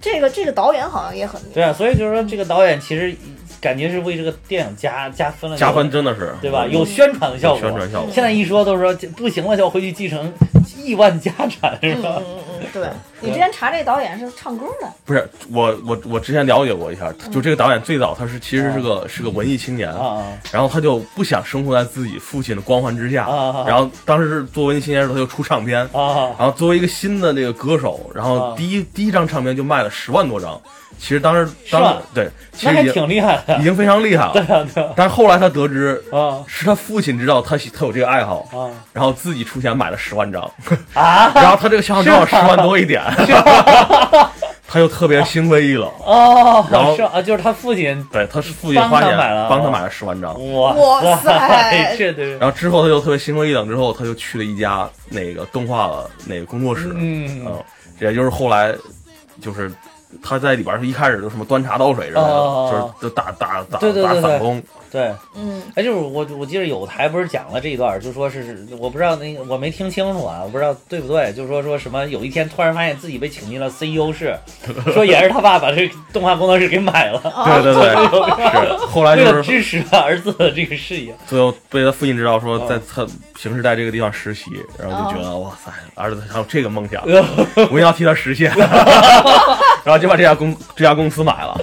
这个这个导演好像也很
对啊，所以就是说这个导演其实感觉是为这个电影加加分了，
加分，真的是
对吧？有宣传的效果。
宣传
嗯
效果，
现在一说都说这不行了，就要回去继承亿万家产是
嗯
吧？
嗯嗯，对你之前查这导演是唱歌的，
不是我我我之前了解过一下，就这个导演最早他是其实是个是个文艺青年
嗯啊，
嗯
啊
然后他就不想生活在自己父亲的光环之下
啊啊啊，
然后当时是作为文艺青年的时候他就出唱片，
啊！
然后作为一个新的这个歌手，然后
啊
第一第一张唱片就卖了十万多张，其实当时
是吧
当对，其
那
实
还
已经
挺厉害的
已经非常厉害了，
啊
但是后来他得知
啊
是他父亲知道他喜他有这个爱好，
啊
然后自己出钱买了十万 张，
啊！
然后他这个想法正好十万多一点， 他就特别心灰意冷。
哦，
然后
是啊，就是他父亲，
对，他是父亲花
帮他
钱
买了
帮他买了十万张，
哇
哇塞
这对，
然后之后他就特别心灰意冷，之后他就去了一家那个动画那个工作室，
嗯
嗯，也就是后来就是他在里边儿一开始就什么端茶倒水之类
哦
的，就是就打打打
对对对
打
对
反攻，
对。
嗯
哎，就是我我记得有台不是讲了这一段儿，就说是是我不知道那个我没听清楚啊，我不知道对不对，就是说说什么有一天突然发现自己被请进了 CEO 室，说也是他爸把这个动画工作室给买了，
对对
哦
对，是后 来
为
就
了
是
支持他儿子的这个事业。
最后被他父亲知道说
哦
在他平时在这个地方实习，然后就觉得哇塞，儿子还有这个梦想，
呃
我一定要替他 实现， 然后就把这家公这家公司买了，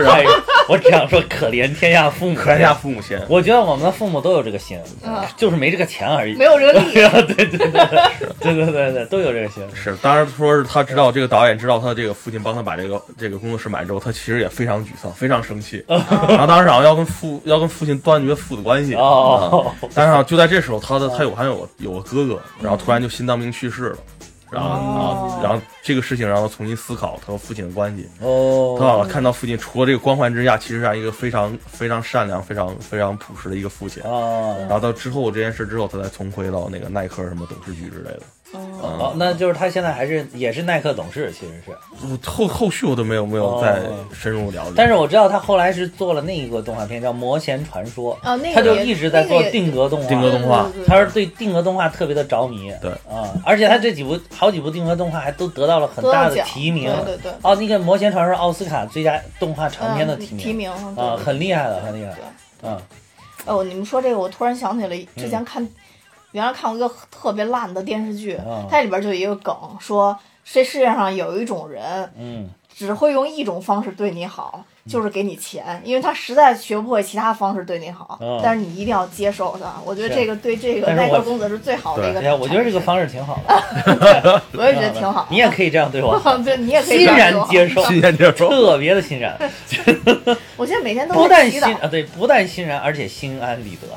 然后
哎，我只想说，可怜天下父母，
可怜一下。父母亲。
我觉得我们的父母都有这个心，
嗯
就是没这个钱而已。
没有这个力，
对对对对对对对对，都有这个心。
是，当然说是他知道这个导演知道他这个父亲帮他把这个这个工作室买之后，他其实也非常沮丧，非常生气。
哦
然后当时好像要跟父要跟父亲断绝父子关系。
哦
啊但是啊，就在这时候，他的他有还有有个哥哥，然后突然就心脏病去世了。然后
哦
啊，然后这个事情让他重新思考他和父亲的关系。他
哦
好像看到父亲除了这个光环之下，其实上一个非常非常善良、非常非常朴实的一个父亲。啊
哦
然后到之后这件事之后，他才重回到那个耐克什么董事局之类的。
嗯
哦，那就是他现在还是也是耐克董事，其实是，
我后后续我都没有没有再深入了解。
但
是
是我知道他后来是做了那个动画片叫《魔弦传说》，
哦那个
他就
也
一直在
那
做
个也
定格动画，
定格动画
对对对
他是对定格动画特别的着迷，
对
啊，而且他这几部好几部定格动画还都得到了很
得
大
到
的
奖
提名，
对对对
哦，那个《魔弦传说》奥斯卡最佳动画长片的
嗯
提
提
名
名对
啊，很厉害了，很厉害
对，
嗯，
哦，你们说这个，我突然想起了之前看，原来看过一个特别烂的电视剧
啊，
它里边就有一个梗，说这世界上有一种人，
嗯，
只会用一种方式对你好，就是给你钱，因为他实在学不会其他方式对你好
啊，
但是你一定要接受他。我觉得
是
这个对这个
但是
耐
我
克公子是最好的一个
哎呀，
阐释。
我觉得这个方式挺好的，
我也觉得啊挺好。
你也可以这样对我，
对，你也可以
欣
这样
然
说。
接受，
新鲜接受，
特别的 欣然。
我现在每天都
不
在
但
祈
欣
祷，
啊，对，不但欣然，而且心安 理得。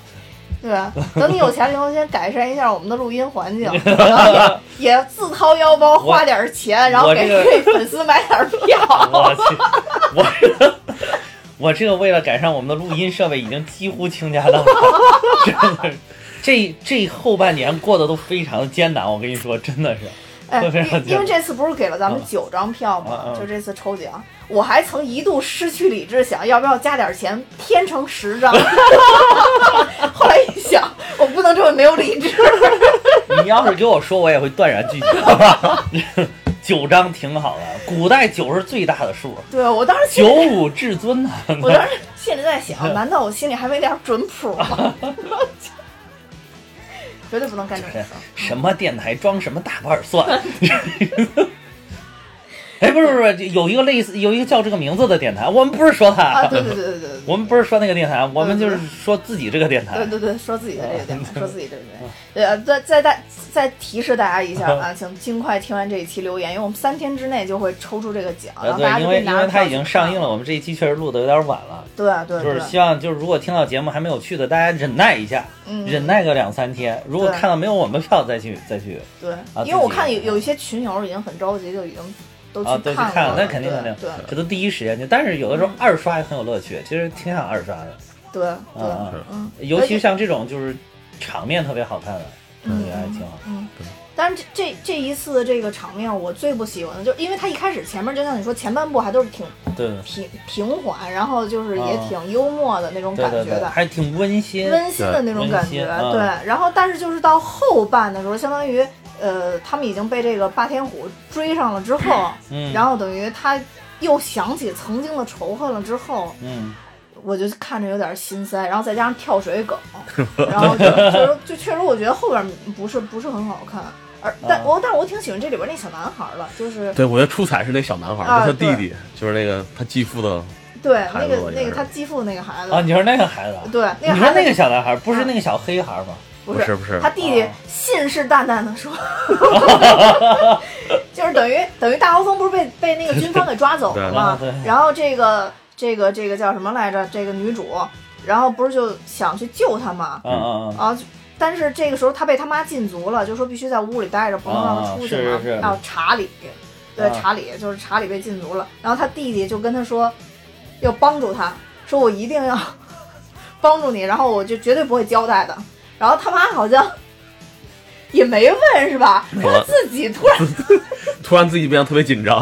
对啊，等你有钱了以后，先改善一下我们的录音环境，然后也也自掏腰包花点儿钱，然后
我
给
这个
这粉丝买点儿票。
我去，我我这个为了改善我们的录音设备，已经几乎倾家荡产，真的。这这后半年过得都非常艰难，我跟你说，真的是。
哎，
特别有
因因为
钱
这次不是给了咱们
啊
九张票
啊
吗
啊？
就这次抽奖，我还曾一度失去理智，想要不要加点儿钱添成十张。 后来一想，我不能这么没有理智。
你要是给我说，我也会断然拒绝。好吧 九张挺好的，古代九是最大的数，
对我当时心
九
里，
五至尊啊呐。
我当时心里在 想，难道我心里还没点儿准谱吗？ 绝对不能干这种事儿。
什么电台装什么大瓣蒜。 哎，不是不是，不是有一个类似有一个叫这个名字的电台，我们不是说他，
啊，对对对对对对。
我们不是说那个电台，我们就是说自己这个电台。
对对对，说自己的这个
啊
点，说自己的 这个点。呃，再再大再提示大家一下啊，请尽快听完这一期留言，因为我们三天之内就会抽出这个奖，然
呃，
后大家
对，
就
因
可以
为
拿
因
着
为它
票
已经上映了，我们这一期确实录的有点晚了，
去看。对对啊
就是
对，
希望就是如果听到节目还没有去的，大家忍耐一下，
嗯
忍耐个两三天。如果
对
看到没有我们票，再去再去
对，
啊
因为我看
自己
有有一些群友已经很着急，就已经都
啊，对，去
看
看
了，
那肯定肯
对
定
对，嗯
这都第一时间去。但是有的时候二刷也很有乐趣，其实挺想二刷的，
对
啊
对，
啊，
嗯，
尤其像这种就是场面特别好看的，我觉得还挺好。
嗯，但是这这这一次这个场面，我最不喜欢的，就是因为他一开始前面就像你说，前半部还都是挺
对
平平缓，然后就是也
啊
挺幽默的那种
对
感
对
觉
对，
的，
还挺温馨。
温馨的那种感觉，
对温馨
对
嗯。
然后，但是就是到后半的时候，相当于呃，他们已经被这个霸天虎追上了之后，
嗯
然后等于他又想起曾经的仇恨了之后，
嗯，
我就看着有点心塞。然后再加上跳水 梗，然后就就是就确实我觉得后边不是不是很好看。而但
啊
我但我挺喜欢这里边那小男孩的，就是
对，我觉得出彩是那小男孩，
啊
他弟
对
弟，就是那个他继父的，
对
孩
那
子
个
我觉得
那个
是
他继父那个孩子，
啊，你说那个孩子啊，
对那个
你说
孩
那
子
个
嗯
小男孩不是那个小黑孩吗？
不
不是
是
不是哦
他弟弟
啊
信誓旦旦的 说，就是等于等于大黄蜂不是被被那个军方给抓走了吗
对对对？
然后这个这个这个叫什么来着？这个女主，然后不是就想去救他吗？
嗯嗯嗯。
啊，就但是这个时候她被他妈禁足了，就说必须在屋里待着，不能让她出去嘛。
啊是是是
然后查理，对、
啊
查理就是查理被禁足了，然后他弟弟就跟他说，要帮助他，说我一定要帮助你，然后我就绝对不会交代的。然后他妈好像也没问是 吧？
有
他自己突然，
突然自己变得特别 紧张，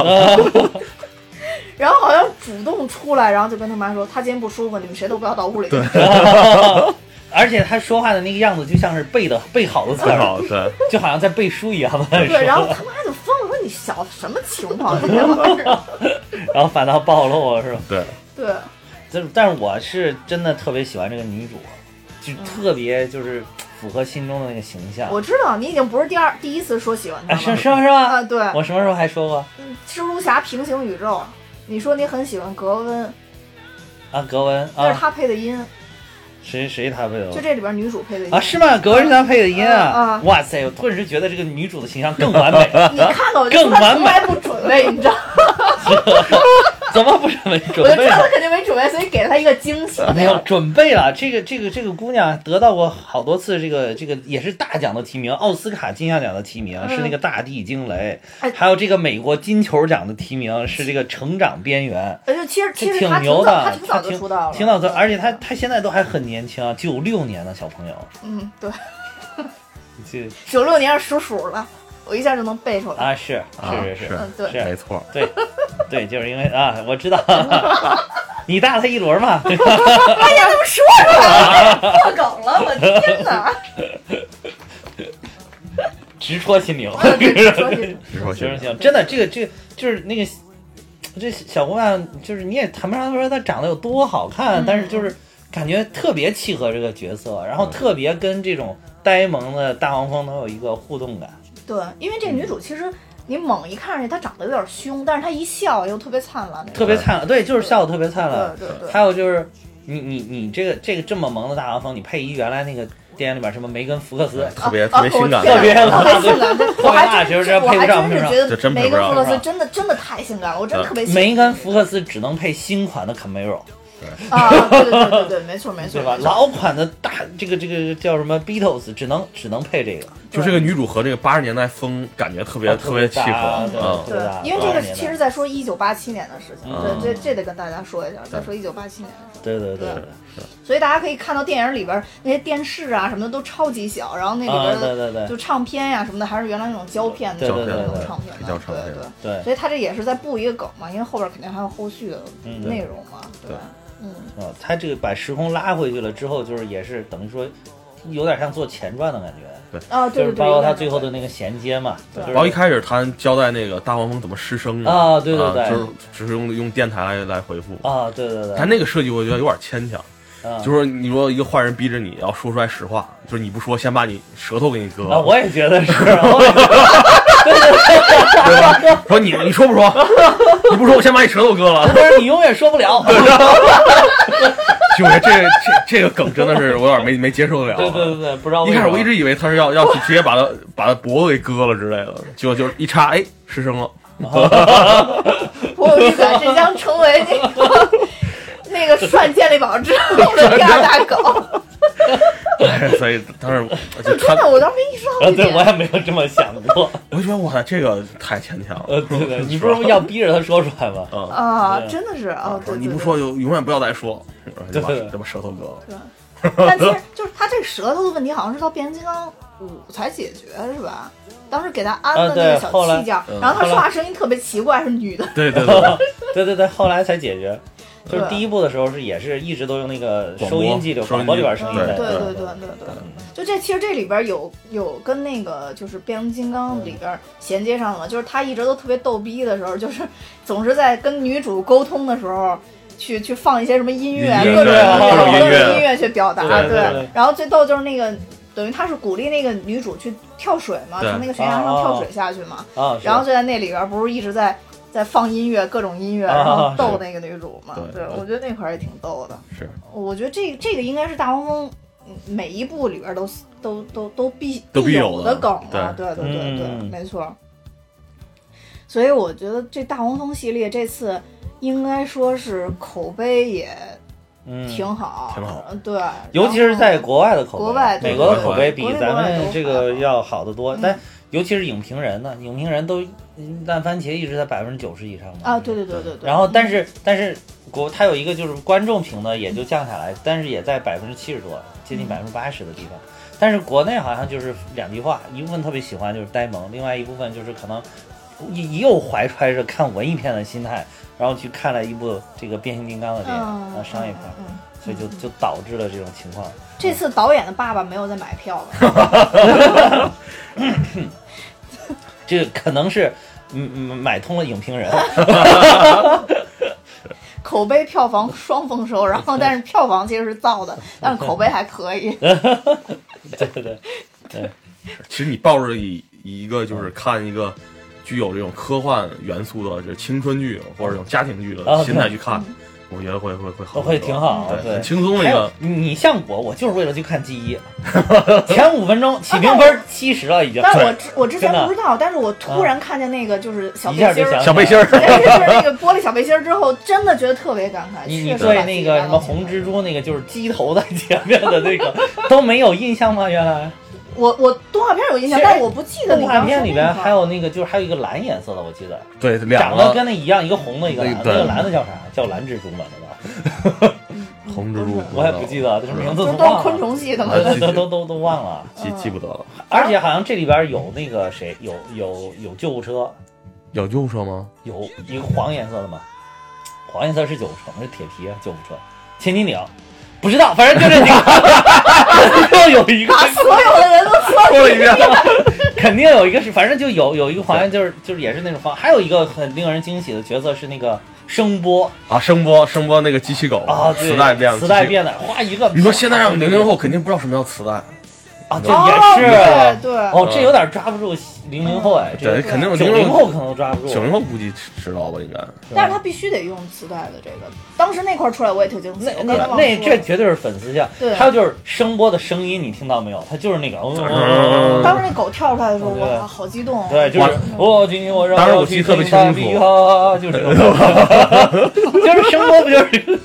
然后好像主动出来，然后就跟他妈说，他今天不舒服，你们谁都不要到屋里去。
嗯 而且他说话的那个样子，就像是背的背好的词
很
儿，
好，对，
就好像在背书一样的 在说。
对，然后他妈就疯了，说你小什么情况？这玩意 儿，
然后反倒暴露了，是吧？
对，
对。
但但是我是真的特别喜欢这个女主，啊就特别就是符合心中的那个形象。
嗯我知道你已经不是第二第一次说喜欢他
啊，
了。
是是吗是吧？
啊对，
我什么时候还说过
蜘蛛侠平行宇宙，你说你很喜欢格温，
啊？格温
那是
啊，
他配的音，
谁谁他配的
就？这里边女主配的音。
啊，是吗？格温是他配的音
啊
啊
啊！
哇塞，我顿时觉得这个女主的形象更 完美。
你看看我就
更
说他
完
从
美
来不准备，你知道 吗？
怎么不准备准
我就
备
知道
了
他？肯定没准备，所以给了他一个惊喜。
没有准备了，这个这个这个姑娘得到过好多次这个这个也是大奖的提名，奥斯卡金像奖的提名、是那个《大地惊雷
嗯哎》，
还有这个美国金球奖的提名是这个《成长边缘
呃就其实》，其
这
实他
挺
挺
牛
早，他
的，
挺
她
早就
挺
出道了，嗯
挺早的，而且她她现在都还很年轻啊，九六年的小朋友，
嗯对，
这
九六年是属鼠了，我一下就能背出来。
啊，是
啊
是是是，
嗯，对，
是
没错，
对对，就是因为啊，我知道，你大他一轮嘛，对吧
哎呀，他们说出来了， 破梗了，我天哪！
直戳心灵。
啊对说起
直说
行
行。
行，真的，这个这个就是那个这小姑娘，就是你也谈不上说她长得有多好看，
嗯
但是就是感觉特别契合这个角色，然后
嗯
特别跟这种呆萌的大黄蜂能有一个互动感。
对，因为这
嗯
女主其实你猛一看着她长得有点凶，但是她一笑又特别灿烂那种。
特别灿烂，对，就是笑得特别灿烂。
对对对，
还有就是你你你这个这个这么萌的大黄蜂，你配一原来那个电影里边什么梅根福克斯，
特别
啊
特别性感，
我
特别
特别性感， 我还真是
特别辣其实这
我还
配不上
真是
这
觉得
真配
梅
不
根·
上
福克
是
斯
吧
真的真的太性感了，我真的特别喜欢
梅根福克斯只能配新款的 Camaro，
啊，对对对对对，没错没错，
对吧？
没错
老款的大这个这个叫什么 Beatles，只能只能配这个，
就这个女主和这个八十年代风感觉特别
啊
特别契
大
合，
对
嗯，
特别大
对，因为这个
80年代啊
其实在说一九八七年的事情，
嗯
对，这这得跟大家说一下，在说一九八七年的事情。
对对对
对所以大家可以看到电影里边儿那些电视啊什么的都超级小，然后那里边
啊
儿
对
的
对对
就唱片呀、什么的，还是原来那种胶片的
对对对
那种
对
唱片的，
黑胶唱片
对对。
对
所以他这也是在布一个梗嘛，因为后边肯定还有后续的
嗯
内容嘛，对吧？嗯，
啊，他这个把时空拉回去了之后，就是也是等于说有点像做前传的感觉，
啊，对
就
对
是
对，
包括他
有点
最后的那个衔接嘛，
对
就是
然后一开始他交代那个大黄蜂怎么失声的
啊对对
啊
对
就是只是用用电台来来回复。
啊，对对对，
他那个设计我觉得有点牵强，
啊
就是你说一个坏人逼着你要说出来实话，就是你不说，先把你舌头给你割
啊，
了，
我也觉得 是，哦我也觉得啊
对吧？说你你 说不说？你不说，我先把你舌头割了。
不是你永远说不了。
就我这个这这个梗真的是我有点没没接受得了。啊
对对对对，不知道为
一
啥
开始我一直以为他是要要直接把他把他脖子给割了之类的，结果就是一插，哎，失声了。
我跟你讲，这将成为那个 那 个涮健力宝之后的第二大梗。
哎所以当时我就
真
看
的，，我当时没意识到
啊，
这
对我
点。
也没有这么想过。
我就觉得哇塞，这个太牵强
呃，
了。
对 对，你不是要逼着他说出来吗？
啊，
啊，
对
真的是啊，对对
说哦你不
对
说就永远不要再说，就把
对对对
就把舌头割了。
但其实就是他这舌头的问题，好像是到变形金刚五才解决，是吧？当时给他安的那个小器件，
啊对后来嗯
然后他说话声音特别奇怪，是女的。
对对对，
对对对，后来才解决。就是
对
第一部的时候是也是一直都用那个
广
收
播
音机的
收
广
音
播
机
里边声
嗯，
音
对
的，
对对对对，就这其实这里边有有跟那个就是变形金刚里边衔接上了，就是他一直都特别逗逼的时候，就是总是在跟女主沟通的时候。去去放一些什么音乐，
音乐
各种
啊
各种
各种
音
音乐
乐去表达，
对对对
然后最逗就是那个，等于他是鼓励那个女主去跳水嘛，
对
从那个悬崖上跳水下去嘛。
啊，是
然后就在那里边，不是一直在在放音乐，各种音乐，
啊
然后逗那个女主嘛。
是
对，我觉得那块儿也挺逗的。
是，
我觉得这这个应该是大黄蜂嗯每一部里边都都都都必
都必有
有
的
梗了。对对对对，
嗯
没错。所以我觉得这大黄蜂系列这次应该说是口碑也
嗯，
挺好，呃
挺好。
对，
尤其是在国外的口碑，
国外对
美国的
对
口碑比
国内
咱
国外
们
都
这个
好
要好得多
嗯，
但尤其是影评人呢，影评人都嗯烂番茄一直在百分之九十以上嘛
啊，对对对对对。
然后，但
嗯
是但是国它有一个就是观众评的也就降下来，但是也在百分之七十多，接近百分之八十的地方。
嗯
但是国内好像就是两极化，一部分特别喜欢就是呆萌，另外一部分就是可能也又怀揣着看文艺片的心态，然后去看了一部这个变形金刚的电影
嗯，
啊商业片，
嗯嗯嗯
所以就就导致了这种情况。
这次导演的爸爸没有再买票了，
这个可能是嗯嗯买通了影 评人，
口碑票房双丰收，然 后但是票房其实是造的，但是口碑还可以。
对对对，
其实你抱着以以一个就是看一个具有这种科幻元素的，就是青春剧或者这种家庭剧
啊
的心态去看，我觉得会会会好
都
很多，
会挺好
嗯
的，
对，
对
很。轻松的一
还有
个。
你你像我，我就是为了去看 G 一， 前五分
啊
钟起评分七十了已经。
但是我之我之前
真的嗯
不知道，但是我突然看见那个就是小
一
背
下
心
就
儿
想，
小背心儿，
对就是那个玻璃小背心儿之后，真的觉得特别感慨。
你你
确实把
对
自己
那个
拉
什
到
么
前
红
面
蜘蛛那个就是鸡头在前面的那个 都没有印象吗？原来
我我动画片有印象，
其实
但我不记得你
动
刚说
画片里
那
边
块儿
还有那个就是还有一个蓝颜色的，我记得
对，
长
两
得
个
跟那一样，一个红的，一个蓝的，
对
那个蓝的叫啥？叫蓝蜘蛛嘛，那个
红蜘蛛，
我也不记得这名字
就都
都
是
忘
昆
了，
虫系的嘛。
都 都都都都忘了。
记记不得了。
而且好像这里边有那个谁，有有有救护车，
有救护车 吗？
有一个黄颜色的嘛，黄颜色是救护车，是铁皮啊救护车，千斤顶，不知道，反正就这几个， 又有一个，
把所有的人都说
说了一遍，
肯定有一个是，反正就有有一个黄颜，就是就是也是那种黄，还有一个很令人惊喜的角色是那个声波
啊，声波声波那个机器狗
啊，对
哦磁带变了，
磁带。变的，哗一个，
你说现在让零零后肯定不知道什么叫磁带，
啊，这
哦，
也是。
对对，
哦，这有点抓不住零零后哎，这
对，肯定
九
零
零
零
后可能抓不住，
九零后估计知道吧，应该。
但是他必须得用磁带的这个。当时那块儿出来我也挺惊喜，
那
我刚才
那
忘
那
说
这
了
绝对是粉丝像。
对啊
还有就是声波的声音，你听到没有？它就是那个，
嗯
嗡嗡嗡嗡嗡
当时那狗跳出来的时候，
对对
哇，好激动！哦
对，就是我今天我让
当时
我
我记得特别清楚
楚，就是这 种就是声波不 就是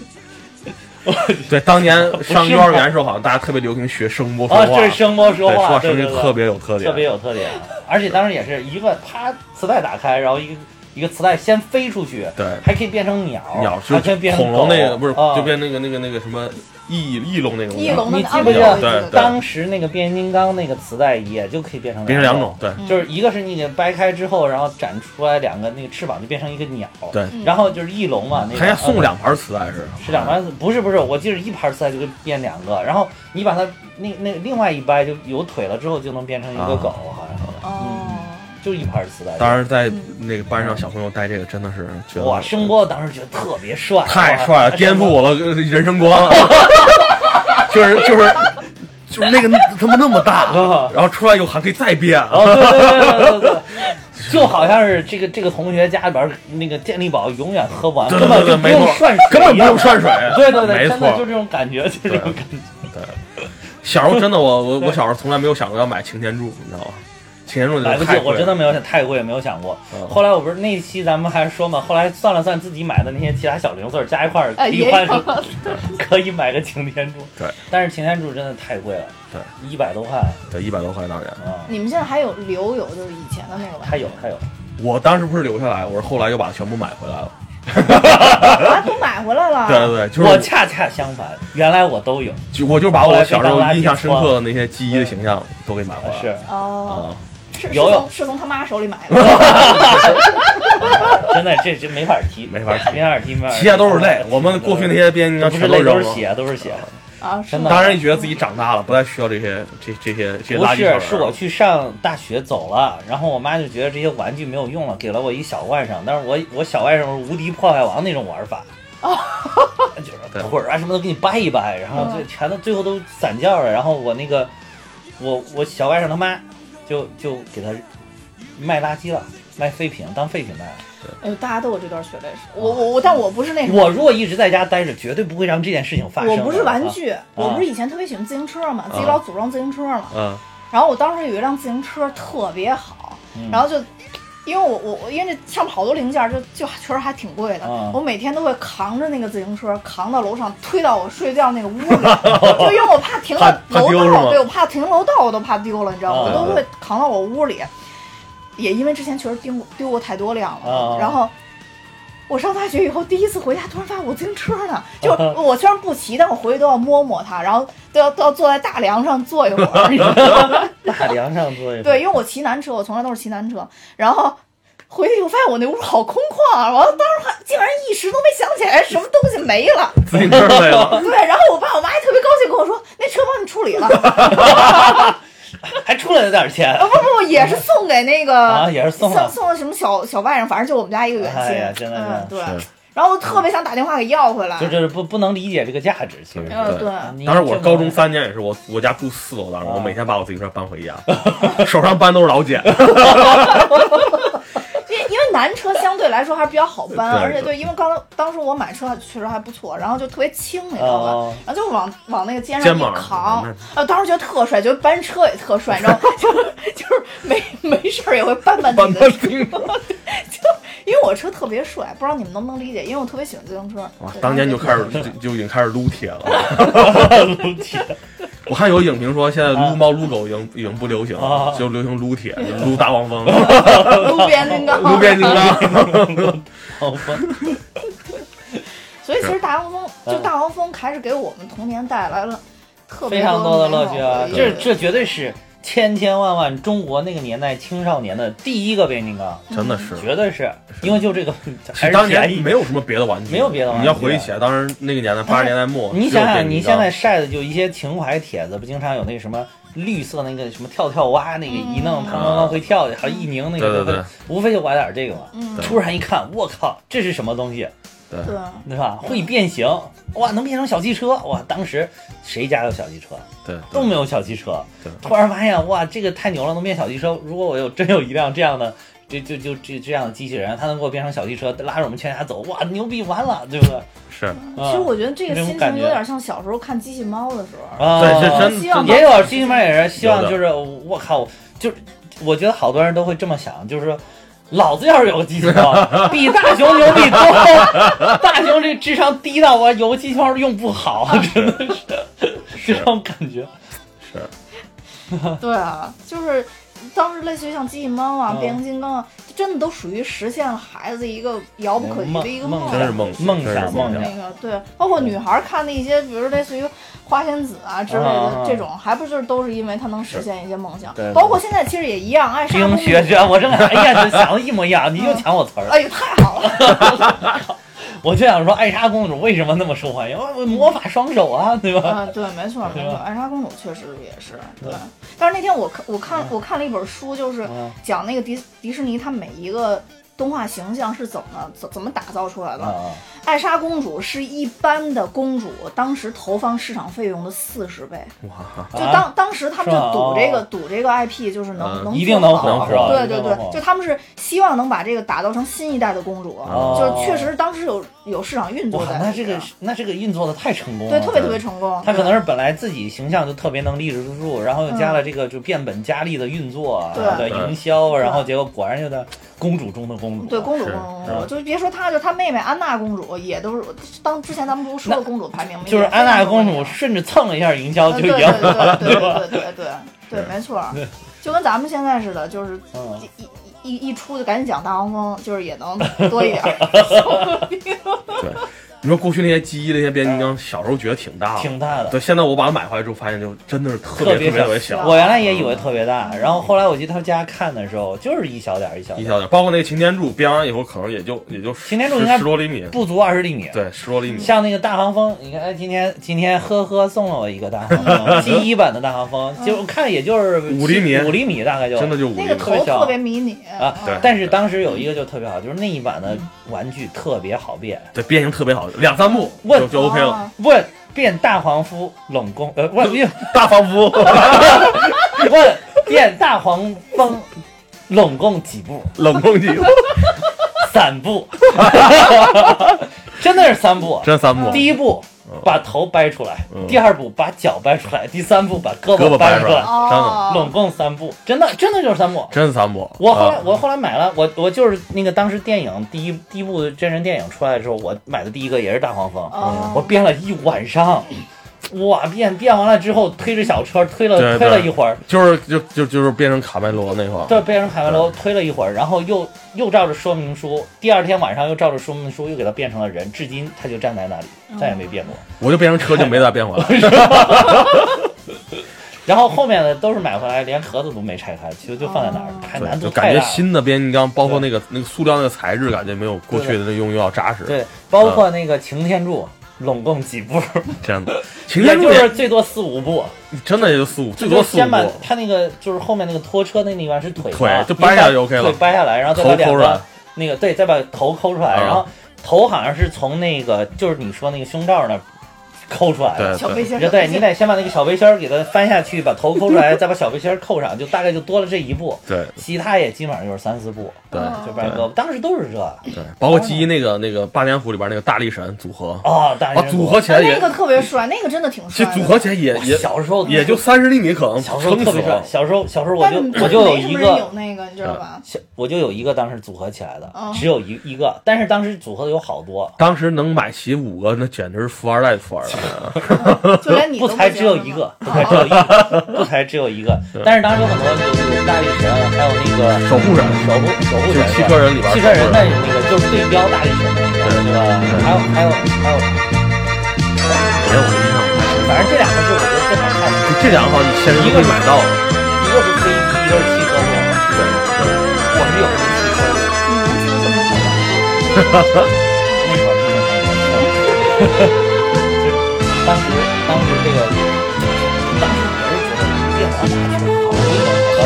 对，当年 上幼儿园的时候，好像大家特别流行学声波说
啊？
话，
这是声波说
对，
话，
话
对
声
对
音
对，
特别有特点，
特别有特点。而且当时也是一个啪磁带打开，然后一个一个磁带先飞出去，
对。
还可以变成鸟，
鸟
还可以
就是
变成
恐龙那个
狗
不是，
啊
就变那个那个那个什么翼翼龙那个东嗯西
翼龙的
你
那啊
记不
对
记
对
得
对
对
对
当时那个变形金刚那个磁带也就可以变成
变成两种，对
就是一个是你给掰开之后，然后展出来两个那个翅膀，就变成一个鸟。
对，
然后就是翼龙嗯嘛，那个
他还送
呃
两盘磁带是
是两盘，不是不是，我记得一盘菜就变两个，然后你把它那那另外一掰就有腿了之后就能变成一个
啊
狗，好像是
哦，
就一盘磁带。
当然在那个班上小朋友带这个真的是觉
嗯
得
哇，啊声波当时觉得特别帅，
太
哇
帅了，颠覆我了人生 观了，就是就是就是那个他妈那么大，
啊！
然后出来以后还可以再变，
哦，对对对对对对，就好像是这个这个同学家里边儿那个健力宝永远喝不完，
对
根
对
本就
对
不
对，没
用
错
涮水，，
根本不用。涮水，
对对对，
没
真的就
错
这。种感觉，就这种感觉。
小时候真的我我我小时候从来没有想过要买擎天柱，你知道吗？擎天柱
来
那
不
个
及
太，
我
贵
真
了，
的没有想太贵，没有想过。
嗯
后来我不是那期咱们还说嘛，后来算了算自己买的那些其他小零碎儿加一块儿，
哎，
一
也
换
有
成 可以买个擎天柱。
对，
但是擎天柱真的太贵了，
对，
一百多块
对，一百多块当年。
啊，
你们现在还有留有就是以前的那个吗？
还有还有，
我当时不是留下来，我是后来又把它全部买回来了。
啊，都买回来了。
对对对，就是
我恰恰相反，原来我都有，
就我就把我小时候印象深刻的那些记忆的形象都给买回来了。
是
哦，
啊，
是是
嗯有有
从是从他妈手里买的。
真的这这没法提，
没法提
没法提，没法提
其他都是泪。我们过去那些变形金
都啊不是
刚全都
泪，都
扔
是血，
了。
都是血。
啊，是
真的
吗？
当然也觉得自己长大了，不再需要这些这这些这些
不
垃圾小人
是是
儿，
我去上大学走了，然后我妈就觉得这些玩具没有用了，给了我一小外甥，但是我我小外甥是无敌破坏王那种玩法，就是腿儿啊什么都给你掰一掰，然
嗯
后最全都最后都散架了，然后我那个我我小外甥他妈就就给他卖垃圾了，卖废品当废品卖了。
哎呦，大家都有这段血泪史。我我我，但我不是那种，
哦我如果一直在家待着，绝对不会让这件事情发生的。
哎我不是玩
啊，
具，我不是以前特别喜欢自行车嘛，自己老组装自行车嘛。
嗯，
然后我当时有一辆自行车特别好，
嗯
然后就。因为我我我因为这上面好多零件儿就就确实还挺贵的，
嗯
啊
我每天都会扛着那个自行车扛到楼上，推到我睡觉那个屋里，就因为我怕停
怕
了
怕
楼
丢是吗嗯
道，对我怕停楼道我都怕丢了，你知道吗？
啊
我都会扛到我屋里，也因为之前确实丢过丢过太多辆了，
嗯
啊
然后。我上大学以后第一次回家，突然发现我自行车呢。就是
嗯
我虽然不骑，但我回去都要摸摸它，然后都要都要坐在大梁上坐一会儿，你知道吗
大梁上 坐一
对，因为我骑男车，我从来都是骑男车，然后。 回去以后发现我那屋好空旷啊，我当时还竟然一时都没想起来哎 什么东西没了。
自行车没了，
对，然后我爸我妈还特别高兴跟我说，那车帮你处理了， 啊
还出来了点钱
不不，也是送给那个
啊，也是送
送
了。
送了什么小小外甥，反正就我们家一个远亲。
哎呀真的
嗯，
是
对
是。
然后我特别想打电话给要回来
就。就是不不能理解这个价值，其实。
嗯，对，
你
当时我高
这
中
么
三年也是，我我家住四楼，当时
啊
我每天把我自行车搬回 家，手上搬都是老茧。
因因为男车相对来说还是比较好搬，啊
对
而且
对
对，因为刚当时我买车确实还不错，然后就特别轻，你知道吧？
哦
然后就往往那个肩上
肩膀
一扛
嗯，
啊，当时觉得特帅，觉得搬车也特帅，你知道吗？ 就是就是没没事儿也会搬搬自
搬
己的
搬
车，
自行车，
因为我车特别帅，不知道你们能不能理解，因为我特别喜欢自行车。
哇
对
啊当年就开始就就已经开始撸铁了。我看有影评说，现在撸猫撸狗已经已经不流行
啊
了，就流行撸铁，就撸大 黄蜂、
路边那个
撸变形金刚。
好吧，
所以其实大黄蜂就大黄蜂还是给我们童年带来了特别
非常
多
多的乐趣啊！
美好的
这
回忆
这绝对是千千万万中国那个年代青少年的第一个变形金刚，
真的是。
绝对是因为就这个 还
其实
是
当年
便宜。
没有什么别的玩具，
没有别的玩具哎
你要回忆起来，当时那个年代八十年代末，
你
只有
想想，
变
你
形
现
金刚
在晒的就一些情怀帖子，不经常有那什么绿色那个什么跳跳蛙，那个一弄
嗯
砰砰砰会跳的，还有一拧那个，
对对对，
无非就玩点这个嘛。
嗯，
突然一看，我靠，这是什么东西？
对，
对吧？会变形，哇，能变成小汽车，哇！当时谁家有小汽车？啊
对
都
对
没有小汽车
对，
突然发现哇，这个太牛了，能变小汽车。如果我有真有一辆这样的，这就就这这样的机器人，它能给我变成小汽车，拉着我们全家走，哇，牛逼，完了，对不嗯对？
是，
其实我觉得这个
那种
心
感
情
觉
有点像小时候看机器猫的时候，
啊，
对这真
希望
真
也有心里面也是希望，
有的
就是我靠，就是我觉得好多人都会这么想，就是说。老子要是有个机器猫，比大雄牛逼多。 大雄这智商低到我有个机器猫用不好，真的是这种感觉。
对啊，就是当时类似于像机器猫啊、
嗯
变形金刚啊，就真的都属于实现了孩子一个遥不可及的一个
哎梦，
梦。
真是梦想
梦
真是
想，
梦
梦
想
那个对，包括女孩儿看的一些，比如类似于花仙子啊之类
啊啊
的
啊
这种，还不就是都是因为她能实现一些梦想
对对？
包括现在其实也一样，爱莎
冰
公
雪
主，
雪，我正想，哎呀，这想的一模一样，你又抢我词儿，
哎呦太好 了，嗯
我就想说，艾莎公主为什么那么受欢迎？我我魔法双手啊，对吧？
嗯，对，没错，没
对
错，
吧
暗杀公主确实也是
对
对。但是那天我看，我看，我看了一本书，就是
嗯
讲那个迪迪士尼它每一个动画形象是怎么怎怎么打造出来的。
啊，
艾莎公主是一般的公主当时投放市场费用的四十倍，
哇，
就当当时他们
啊是
就
吗
赌这个
哦
赌这个 IP，就是
嗯
能能
一定能
做好啊
火，是吧？
对对
一定能火
对，就他们是希望能把这个打造成新一代的公主，
哦
就是确实当时有有市场运作
哇，
在
那
里
这个
边
那这个运作的太成功了，
对特别特别成功。
他可能是本来自己形象就特别能立得住，然后又加了这个就变本加厉的运作啊，
嗯对
的营销，然后结果果然就在公主中的公主，啊
对公主
是
公
是吧
主，就别说她，就她妹妹安娜公主也都是当之前咱们不是说
那
过公主排名吗？
就是
也非常
安娜公
多
主
的
甚至蹭了一下营销
呃
哦就
对对
赢
对
了，
对
吧？
对对对对，没错儿，就跟咱们现在似的，就是
嗯
一一一一出就赶紧讲大黄蜂，就是也能多一点儿。
对，你说过去那些记忆，那些变形金刚，小时候觉得挺大的，
挺大的。
对，现在我把它买回来之后，发现就真的是特别
特别啊
特别特别
小
小，
我原来也以为特别大，然后后来我去他家看的时候，就是一小点儿一小
一
点儿，
小点，包括那个擎天柱编完以后，可能也就也就
擎天柱
十
应该
十多厘米，
不足嗯二十厘米。
对，十多厘米，
像那个大黄蜂，你看，哎，今天今天呵呵送了我一个大黄蜂，第一版的大黄蜂，就看也就是
五厘米
五厘米大概就
真的就五厘
那个
米，
头特别迷你
啊
嗯
对
但是当时有一个就特别好，就是那一版的玩具特别好变，
对，变形特别好，两三步
问
就就 OK 了，
啊
问变大黄夫冷宫，呃，问变
大房夫，
问变大黄蜂拢共几步？
冷 空气，
三 步， 真的是三步。啊
真三步，
第一步把头掰出来，
嗯
第二步把脚掰出来，第三步把胳
胳膊
掰
掰
出
出来，
来，
真的，
拢
哦，
共三步，真的真的就是三步。
真是三步，
我后来、
啊
我后来买了，我我就是那个当时电影第一第一部真人电影出来的时候，我买的第一个也是大黄蜂，
哦
我编了一晚上，哇变变完了之后推着小车推了
对
推了
对
一会儿，
就是就就就是变成卡梅罗那会儿，
对，被人凯文楼推了一会儿，然后又又照着说明书，第二天晚上又照着说明书又给他变成了人，至今他就站在那里，再也没变过。
我就变成车就没再 变回来，
然后后面的都是买回来，连盒子都没拆开，其实就放在那儿
哦，
太难
对，
度
就感
太大
觉
了。
新的变形金刚，包括那个那个塑料那个材质，感觉没有过去的嗯那用料扎实，
对，包括那个擎天柱，拢共几步，
真的，擎
也
天柱
就是最多四五步，
真的也就四五，最多
就是
四五
先把
步，
他那个就是后面那个拖车那地方是腿嘛，
腿就
你把
掰下来就 OK 了
腿掰下来，然后再把
头抠
两
出来
个那个对，再把头抠出来，
啊
然后头好像是从那个就是你说那个胸罩那儿抠出来的。
对
小背心儿，
对对，你得先把那个小背心儿给它翻下去，把头抠出来，再把小背心儿扣上，就大概就多了这一步，
对
其他也基本上就是三四步，
对
就
哦
掰胳膊。当时都是这
对，包括基因那个那个八连符里边那个大力神组合，
哦，大
啊，
人
组合起来
那
也
个，特别帅，那个真的挺
其
帅
实
的。
组合起来也
我
也
小时候
也就三十厘米可能
小时候
撑
特
死
别帅
了，，
小时候小时候我
但
就是我就有
没什
一
么
个啊
人有那个，你知道吧？
小我就有一个当时组合起来的，
哦
只有一一个，但是当时组合的有好多，
当时能买齐五个，那简直是富二代富二代啊，
就连你
不
都
才
行
只有
是
一
吗
个，不才只有一个，不才只有一个，但是当时有很多就是大力神，还有那个
守护神
守护守护
就
神
是汽车人里边
汽车人的那个就是对标大力神的那个，对吧？还有还有还有，
哎，我印象不
反正这两个是我觉得最好看的，
太深这两个好像你现实
一
一
个
个
是
买到，
一个是飞机，一个是汽车火嘛。
对，
我是有这个汽车的，
你能听这么多吗？
那会儿真的很搞笑。就 当时当时这个，当时我是觉得这好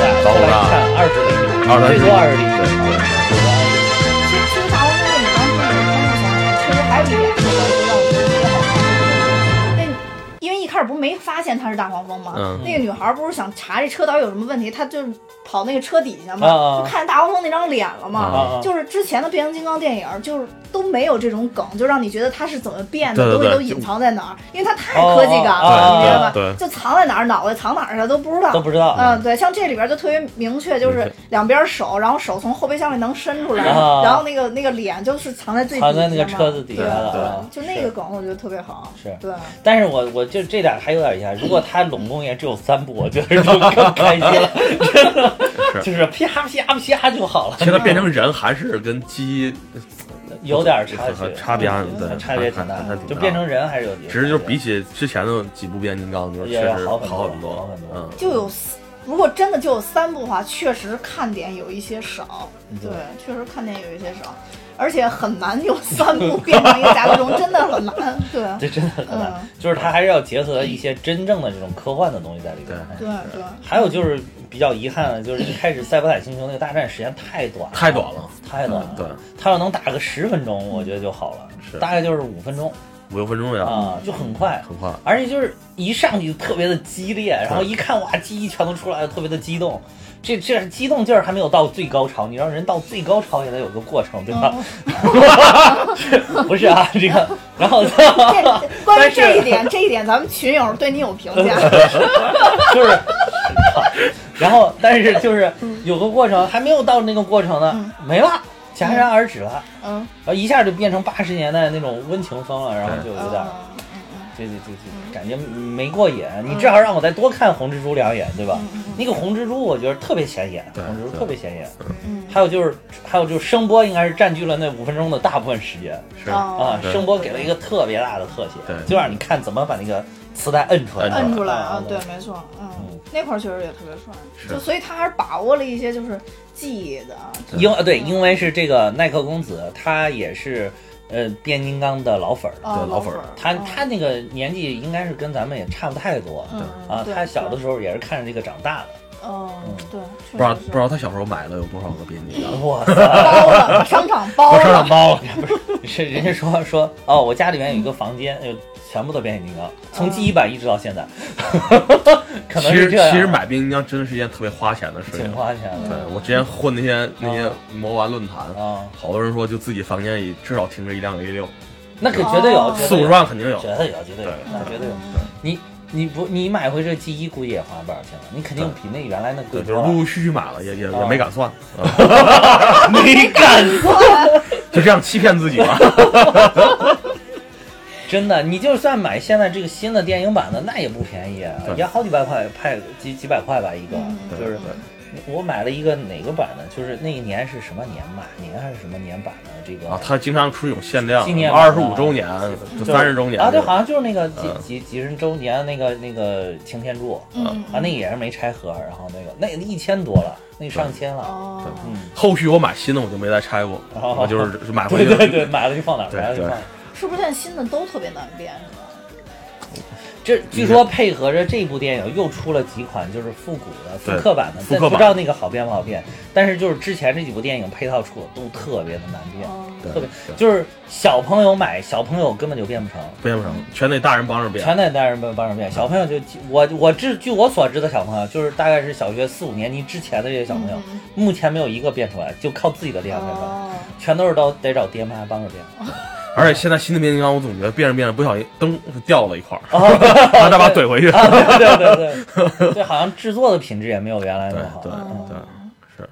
像打挺好的，好大，后来看二十里，
二十
最
里
多二十里，
对对
其实听啥完那你刚说你刚才想想，确实还是演这个让我觉得好看。那因为一开始不是没发现他是大黄蜂吗？
嗯
那个女孩不是想查这车到底有什么问题，她就是跑那个车底下嘛，
啊啊啊
就看大黄蜂那张脸了嘛。
啊
啊，
就是之前的变形金刚电影，就是都没有这种梗，就让你觉得它是怎么变的，
对对对
东西都隐藏在哪儿，因为它太科技感了，
哦哦哦
你知道吧？
对对
就藏在哪儿，脑袋藏哪儿去了都不知道。
都不 知道
嗯、对，像这里边就特别明确，就是
明确
两边手，然后手从后备箱里能伸出来，
啊
然后那个那个脸就是藏在最
藏在那个
底下嘛
车子底下了。啊
对，就那个梗我觉得特别好，
是
对，
但是我我就这点还有 点遗憾，如果它拢共也只有三部，我觉得就更开心了，真的，
是
就是啪啪啪就好了，
现在变成人还是跟鸡
有点差距，嗯
差别还是对，
差别挺大
还还还，挺
就
大
变成人还是有点，
只是就是比起之前的几部变形金刚，就是
也
确
要
实
好
好
很多
很
好
多
很，多
嗯，
就有四。如果真的就有三部的话，确实看点有一些少，
嗯对
对，确实看点有一些少，而且很难有三部变成一个甲壳虫，真的很难，对，
这真的很难，
嗯
就是它还是要结合一些真正的这种科幻的东西在里边。
对对，
还有就是比较遗憾的，就是一开始赛博坦星球那个大战时间太短了，
太短了，嗯
太短了。
对，
他要能打个十分钟，我觉得就好了，
是
大概就是五分钟
五六分钟呀，
啊，就很快。
很快。
而且就是一上去就特别的激烈，然后一看哇，记忆全都出来了，特别的激动。这这激动劲儿还没有到最高潮，你让人到最高潮也得有个过程，对吧？ 不是啊，这个，然后
这关
但
于
是
这一点，这一点咱们群友对你有评 价，
就是， 然后但是就是有个过程，还没有到那个过程呢，没了，戛然而止了，
嗯，
然后一下就变成八十年代那种温情风了，然后就有点
嗯，
对对对对，感觉没过瘾。你至
嗯
少让我再多看《红蜘蛛》两眼，对吧？那个红蜘蛛我觉得特别显眼，红
对
蜘蛛
对
特别显眼。
嗯
还有就是，还有就是声波应该是占据了那五分钟的大部分时间
是
啊
哦，
对
声波给了一个特别大的特写，
对
就让你看怎么把那个磁带摁
嗯
出来，
摁出来
啊
啊，对，没错，嗯，那块儿确实也特别帅，
是
就所以他还是把握了一些就是记忆的，
因呃对，因为是这个耐克公子，他也是呃变形金刚的老粉儿，
哦
对
老
老粉儿
他
嗯
他那个年纪应该是跟咱们也差不太多。
嗯
啊，
对
他小的
对
时候也是看着这个长大的，
哦，对，
嗯不
不
知道不知道他小时候买了有多少个变形 金刚，
哇塞！
包了，商场包
我手上
了，
包了，
是人家说说哦，我家里面有一个房间，有全部都变形金刚，从第一版一直到现在， 可能
哦其
是
实
这样。啊
其实买变形金刚真的是一件特别花钱的事
挺
情。
花钱
对
的
我之前混那些那些魔玩论坛，
啊，
好多人说就自己房间里至少停着一辆 A 六，
那可绝对有
哦，
绝
四
对有
五十，万肯定有
绝。对有，绝对有
对，
那绝对有。
嗯
你你不你买回这记忆估计也花不少钱了，你肯定比那原来那贵
对，就
多了。
是陆陆续续买了，也也
啊
也没 敢算， 啊
没敢，
就这样欺骗自己吧。
真的，你就算买现在这个新的电影版的，那也不便宜啊，
对
也好几百块，拍几几百块吧一个，
嗯
对
就是。我买了一个哪个版的？就是那一年是什么年马年还是什么年版的？这个
啊，他经常出这种限量
纪念，版
二
的
十五周年、
就是
三十周年
啊，对，好像就是那个几
嗯
几几十周年那个那个擎天柱啊，
嗯
那个也是没拆盒，然后那个那一千多了，那上千了，
哦，
后续我买新的我就没再拆过，
哦
我就是 买回
对
去
对对，买了就放哪儿，
对
买了就放哪儿。
是不是现在新的都特别难变，是吧？
这据说配合着这部电影又出了几款就是复古的复
对
刻版的，
复
但
刻版
不知道那个好变不好变。但是就是之前这几部电影配套出的都特别的难变，
哦，
对
特别
对
就是小朋友买小朋友根本就变不成，
变不成，全得大人帮着变。
全得大人帮帮着变。小朋友就我我知据我所知的小朋友就是大概是小学四五年级之前的这些小朋友
嗯嗯，
目前没有一个变出来，就靠自己的力量变出来，
哦，
全都是都得找爹妈帮着变。
而且现在新的变形金刚，我总觉得变着变着不小心噔掉了一块儿， 然后再把它怼回去。
哦 啊，对对对对，对，好像制作的品质也没有原来那
对
么好
对。
嗯
对，是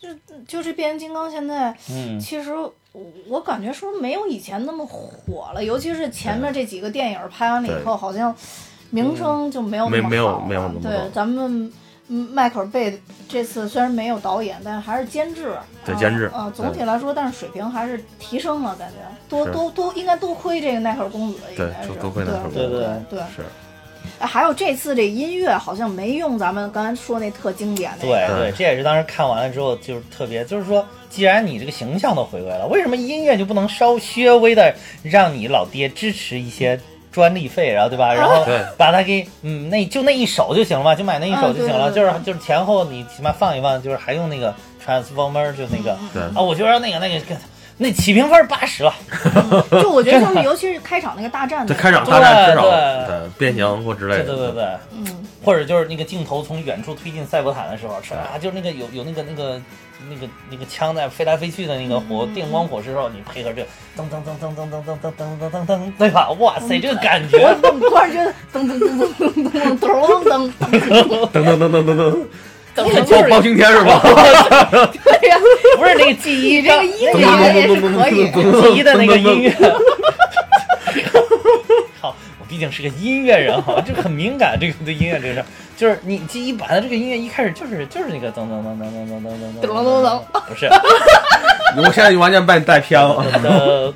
就就这变形金刚现在，
嗯
其实我我感觉是不是没有以前那么火了？尤其是前面这几个电影拍完了以后，好像名声就没有那么
嗯没没有
好了
没有那么
对
高
咱们。嗯，迈克尔贝这次虽然没有导演，但还是监制，
对
啊
监制
啊，总体来说，但是水平还是提升了，感觉多
是
多多应该多亏这个奈克尔公子，
对
应该是
就多亏奈克尔公
子
对
对
对。
是
哎还有这次这音乐好像没用咱们刚才说那特经典那
对
个，
对，这也是当时看完了之后就是特别，就是说，既然你这个形象都回归了，为什么音乐就不能稍稍微的让你老爹支持一些专利费，然后对吧？然后
对
把它给嗯，那就那一首就行了嘛，就买那一首就行了，
嗯
就
对对
是
对
就是前后你起码放一放，就是还用那个 Transformer 就那
嗯
个、
对
啊，我就要那个那个那起评分八十了，
就我觉 得就是尤其是开场那个大战那
这
个，
开场大战至少
对
对变形或之类
对
的，
对对对。
嗯，
或者就是那个镜头从远处推进赛博坦的时候，唰、就是那个有有那个那个那个那个枪在飞来飞去的那个火、电光火石的时候，你配合这个噔噔噔噔噔噔噔噔噔噔噔噔，对吧？哇塞，这个感觉，
我怎么突然觉得噔噔噔噔噔噔噔噔噔噔
噔噔噔噔噔
噔
噔，
噔，
包包青天是吧？
对呀，
不是那个记忆
你这个
张
音乐也是可以，
记忆的那个音 乐。好，我毕竟是个音乐人哈，这个很敏感，这个对音乐这个事儿，就是你记忆版的这个音乐一开始就是就是那个噔噔噔噔噔噔噔噔不是。
我现在完全把你带偏了。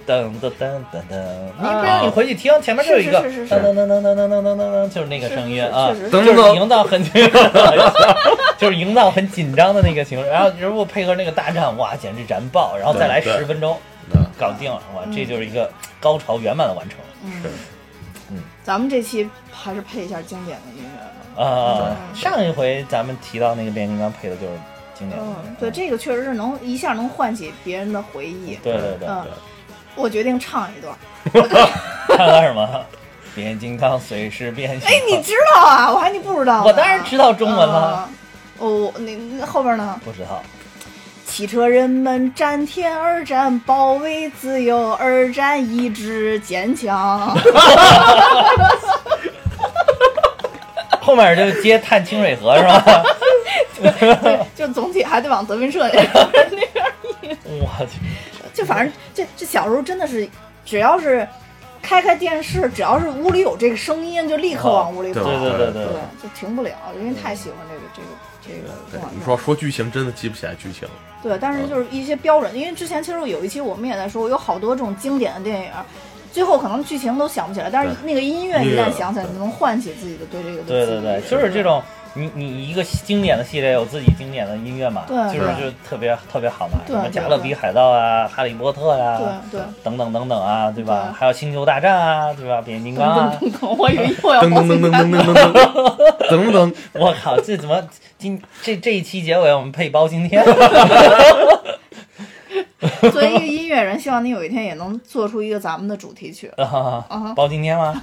噔噔噔噔噔噔噔，你不让你回去听，前面就有一个
啊是是是是
噔噔噔噔噔噔噔噔噔，就是那个声音啊，
确实
噔
是
就是营造很 就是营造很紧张的那个情绪，然后如果配合那个大战，哇，简直燃爆，然后再来
对对
十分钟
嗯，
搞定了，哇，这就是一个高潮圆满的完成
嗯
是
嗯
咱们这期还是配一下经典的音乐吧。
啊！
对
上一回咱们提到那个变形金刚配的就是经典的那
嗯，
个，
对，这个确实是能一下能唤起别人的回忆。
对对对，
嗯，我决定唱一段。
看到什么？ 变形金刚随时变形，
哎，你知道啊？我还你不知道呢？
我当然知道中文了，
嗯。哦，那那后边呢？
不知道。
汽车人们战天而战，保卫自由而战，意志坚强。
后面就接探清水河是吧？
对就总体还得往德云社那边儿
我去，
就反正这这小时候真的是，只要是开开电视，只要是屋里有这个声音，就立刻往屋里跑，
对对对对
对
对，
就停不了，因为太喜欢这个这个这个
对
动画，片
你说说剧情真的记不起来剧情，
对，但是就是一些标准，因为之前其实有一期我们也在说，有好多这种经典的电影。最后可能剧情都想不起来，但是
对
那个音乐一
音乐
旦想起来，就能唤起自己的对这个的
对
记
对
忆
对，就是这。种，你你一个经典的系列有自己经典的音乐嘛，
对
就是
对
就特别特别好嘛，什
对
么
对
加勒比海盗啊、哈利波特呀、
对对，
等等等等啊，对吧？
对
还有星球大战啊，对吧？变形金刚
噔
啊，
噔噔，我以为又要
噔噔
往
噔
前
噔
看
噔噔噔噔噔噔，
我靠，这怎么今这这一期结尾我们配包青天？
作为一个音乐人，希望你有一天也能做出一个咱们的主题曲。
啊包青 天吗？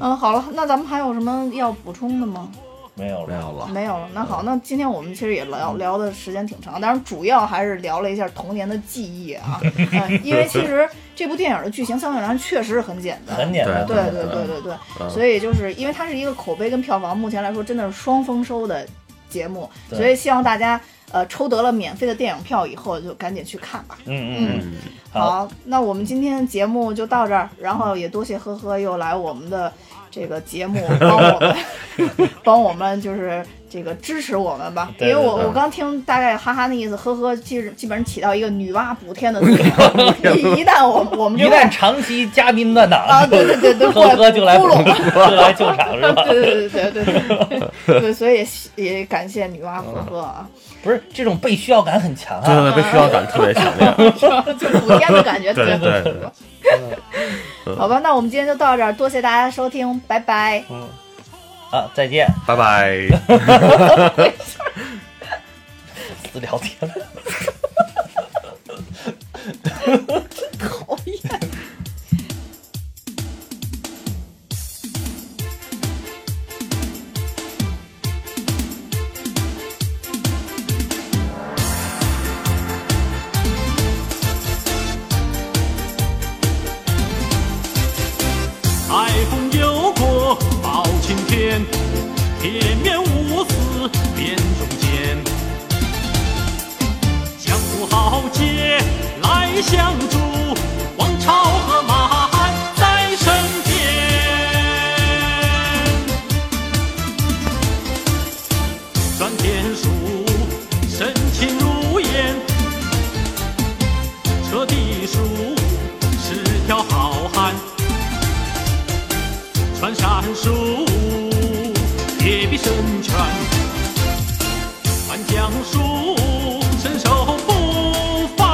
嗯，好了，那咱们还有什么要补充的吗？
没有
没
了，
有了，
没有了。那好，那今天我们其实也聊聊的时间挺长，当然主要还是聊了一下童年的记忆 啊，嗯因为其实这部电影的剧情相对来说确实是很简单，
很简单，
对对对对对，
嗯
所以就是因为它是一个口碑跟票房目前来说真的是双丰收的节目，
对
所以希望大家呃抽得了免费的电影票以后就赶紧去看吧。
嗯嗯嗯，
嗯，
好，
好，那我们今天的节目就到这儿，然后也多谢呵呵又来我们的这个节 目，帮我们 帮我们就是这个支持我们吧，因
对
为我
对对
我刚听大概哈哈那意思，呵呵基基本上起到一个女娲补天的作 用，一一旦我我们
一
这块
旦长期嘉宾断档，
啊，对对对 对，过
猴哥就来
窟窿。
就来救场是吧？
对对对对对 对对，所以也希也感谢女娲呵呵啊，
不是这种被需要感很强
对
啊。
对对，被需要感特别强烈，
就补天的感觉，
对对
对，
对对对。
好吧，那我们今天就到这儿，多谢大家收听，拜拜。
嗯，啊，再见，
拜拜。
私聊天。
讨厌。
海风有过包青天，铁面无私辨忠奸。江湖豪杰来相助，王朝和马汉在身边。术，铁臂神拳，翻江术，身手不凡。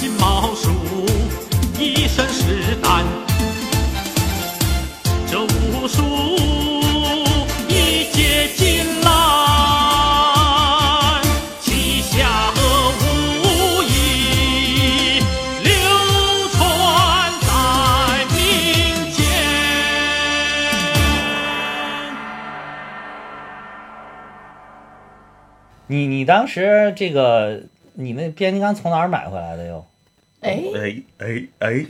金毛鼠一身是胆，这武术一解金兰，旗下和武艺流传在民间。
你你当时这个你那变形金刚从哪儿买回来的哟？
哎，
哎哎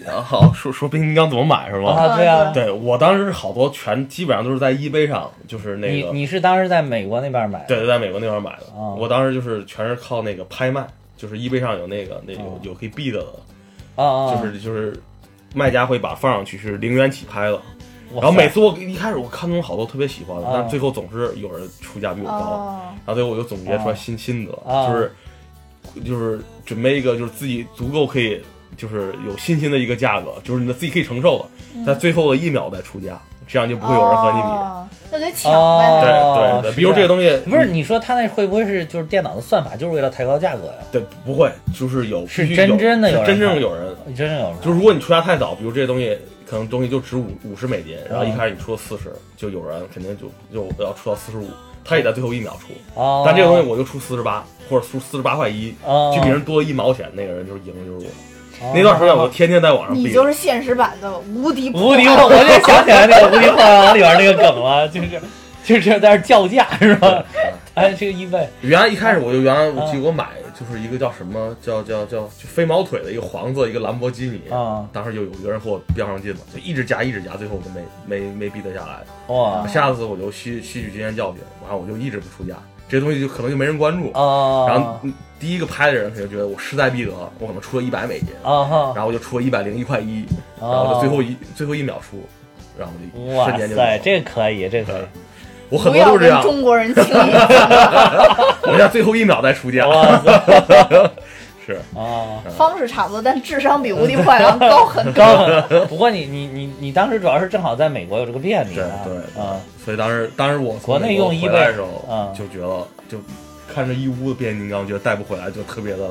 哎，啊好，说说变形金刚怎么买是吗？
啊，对啊，
对我当时好多全基本上都是在 eBay 上，就是那
你
个
你是当时在美国那边买的？
对，在美国那边买的。
哦
我当时就是全是靠那个拍卖，就是 eBay 上有那个那有
哦
有可以 bid 的，
啊啊，
就是就是卖家会把放上去是零元起拍的。
哇
然
塞
后每次我一开始我看中好多特别喜欢的，
哦
但最后总是有人出价比我高。
哦，
然后最后我就总结出来新心得，
哦
就是就是准备一个就是自己足够可以就是有信心的一个价格，就是你自己可以承受的，在最后的一秒再出价，这样就不会有人和你比。
嗯哦，那得抢
哦
对
呗。
对对，
是
比如这个东西
不是你说他那会不会是就是电脑的算法就是为了抬高价格呀？
对，不会，就是有
是
必须
真正的
是
有人
真正
看
有人，
真是有人
就如果你出价太早，比如这些东西可能东西就值五五十美金，然后一
嗯
开始你出了四十，就有人肯定就就要出到四十五，他也在最后一秒出，
哦，
但这个东西我就出四十八或者出四十八块一，
哦
就比人多一毛钱，那个人就是赢了就是我。
哦
那段时间我天天在网上
你
比，
就是现实版的无敌
无敌破，我就想起来那个无敌破王里边那个梗了，就是就是在那儿叫价是吧？哎，这个一问
原来一开始我就原来我
啊
记得我买就是一个叫什么叫叫叫就飞毛腿的一个黄色一个兰博基尼，
啊，
当时就有一个人和我飙上劲了，就一直加一直加，最后我就没没没逼得下来。
哇
啊下次我就吸吸取经验教训，然后我就一直不出价，这东西就可能就没人关注。
啊，
然后嗯第一个拍的人肯定觉得我势在必得，我可能出了一百美金，
啊哈，
然后我就出了一百零一块一，然后我就最后一最后一秒出，然后我就瞬
哦哇
间就
塞，
赢
这
了
个可以，这个可
对
以。
我很
不
多
要
都是这
跟
样，
中国人轻易。
我在最后一秒再出价，
哇塞
是
啊！
方式差不多，但智商比无敌破坏王高 很多。
不过你你你你当时主要是正好在美国有这个便利啊，
对对
啊，
所以当时当时我从
国内
美国
用
回来
eBay
的时候
嗯
就觉得就看着一屋子变形金刚，觉得带不回来就特别的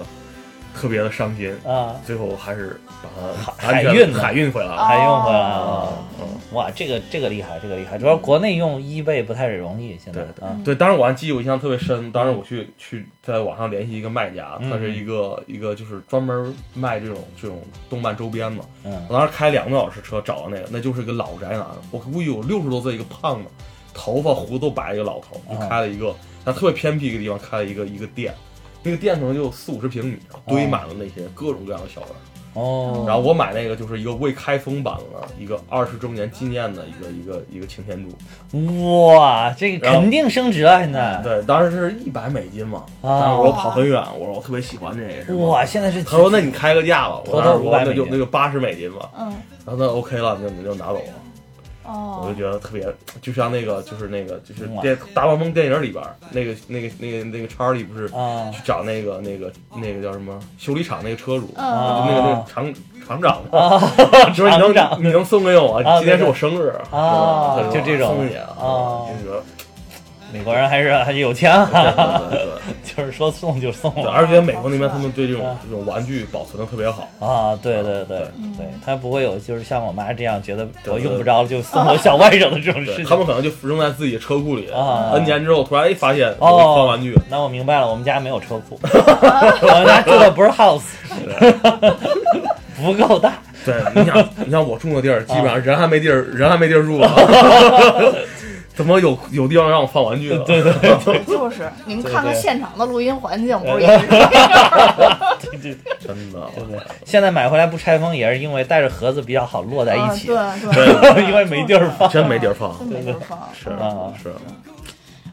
特别的伤心，
啊，
最后还是把它
海
安全
海运呢
海运回来了。
还用回来了
哦，
嗯
哇，这个这个厉害，这个厉害，主要国内用 eBay 不太容易，现在
对
啊，
对，当时我还记得我印象特别深，当时我去去在网上联系一个卖家，
嗯
他是一个一个就是专门卖这种这种动漫周边嘛。
嗯
我当时开两个多小时车找到那个，那就是一个老宅男，我估计有六十多岁一个胖子，头发胡子都白一个老头，就
嗯
开了一个他特别偏僻一个地方开了一个一个店。那个店可能就四五十平米，堆满了那些各种各样的小玩意儿。
哦，
然后我买那个就是一个未开封版的一个二十周年纪念的一个一个一个擎天柱。
哇，这个
然后
肯定升值啊！现在，
对，当时是一百美金嘛，
啊
当时我说跑很远，我说我特别喜欢这个，是吗
哇，，现在是
他说那你开个价吧，我
头
当
头
时我
500
那就
美金
那就八十美金吧，
嗯，
然后他 OK 了，你就你就拿走了，我
哦
就，觉得特别，就像那个就是那个就是
哇
电大黄蜂电影里边儿那个那个那个那个查理不是
啊
去找那个那个那个叫什么修理厂那个车主，就
嗯，
那个那个厂厂长嘛，
啊
说你
哦厂长
能你能送给我，
啊
今天
对
是
对
我生日
啊
对吧
就这种
送给你啊，
啊
就觉得
美国人还是还是有钱啊，
对对对对。
就是说送就送
对，
了
而且美国那边他们对这种
啊
这种玩具保存的特别好。
啊！对对对
对
对，他不会有就是像我妈这样觉得
对
我
对
用不着就送我小外甥的这种
对
事
他
情。
们可能就扔在自己车库里
啊
，N 年之后突然哎发现我
哦
放玩具，
那我明白了，我们家没有车库，我们家住的不是 house，不够大。
对，你 想你像我住的地儿，基
啊
本上人还没地儿，人还没地儿住呢， 怎么有有地方让我放玩具了？
对对对
就是你们看
对
看
哎对
现场的录音环境，不是也是这样 吗？
对
真的，
对，现在买回来不拆封也是因为带着盒子比较好摞在一起，
啊 对对，
因为没地儿放
真没地儿放
真没地儿放。嗯
是
啊
是，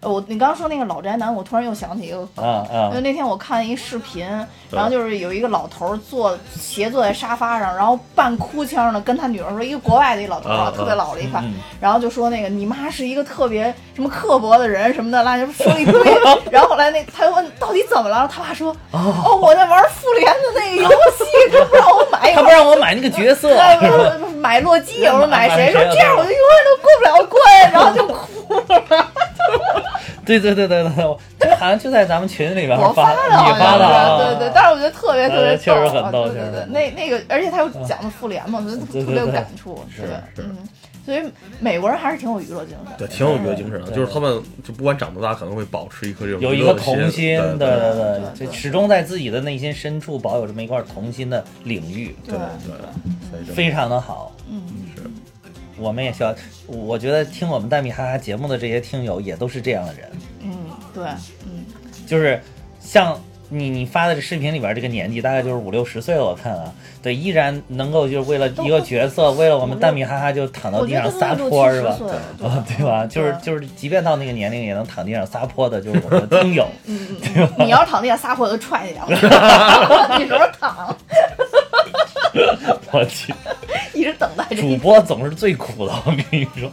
呃我你刚说那个老宅男，我突然又想起一个。
啊啊
因为那天我看一视频，
对
然后就是有一个老头儿坐斜坐在沙发上，然后半哭腔的跟他女儿说，一个国外的一老头儿
啊
特别老了一块
嗯嗯，
然后就说那个你妈是一个特别什么刻薄的人什么的，乱七八糟说一堆。然后后来那他又问到底怎么了，然后他爸说哦我在玩复联的那个游戏，他不让我买，
他不让我买那个角色，
哎不是不是买洛基，
嗯
我说买谁？
买谁
说
啊
这样我就永远都过不了关，然后就哭。
对对对对对，我这好像就在咱们群里边
我
发，
的，好
你发的
像
啊，
是，对对，但是我觉得特别特别
呃确实很
逗
逗
啊，对
确
对
实
对，
很逗嗯
那那个，而且他又讲的妇联嘛，我觉得
对对
特别有
对
感触，
是
对，
是
嗯，所以美国人还是挺有娱乐精神的，
对，挺有娱乐精神的，
对
就是他们就不管长多大，可能会保持一颗这种
有一
娱
个
乐的
童心，
对
对
对
对
对对
就始终在自己的内心深处保有这么一块童心的领域，
对
所以就
非常的好。
嗯，
我们也需要，我觉得听我们蛋米哈哈节目的这些听友也都是这样的人，
嗯，对，嗯，
就是像你你发的这视频里边这个年纪，大概就是五六十岁了，我看啊，对，依然能够就是为了一个角色，为了我们蛋米哈哈就躺到
我
地
觉
上
得
哦撒
都
泼
六七
是
十
吧
岁？了，对
啊，对吧？就是
对
就是，即便到那个年龄，也能躺地上撒泼的，就是我们的听友。
嗯嗯嗯，你要是躺地下撒泼，我就踹你两脚， 你什么时候躺？
我去，
一直等待这
主
一
播总是最苦的，我跟你说。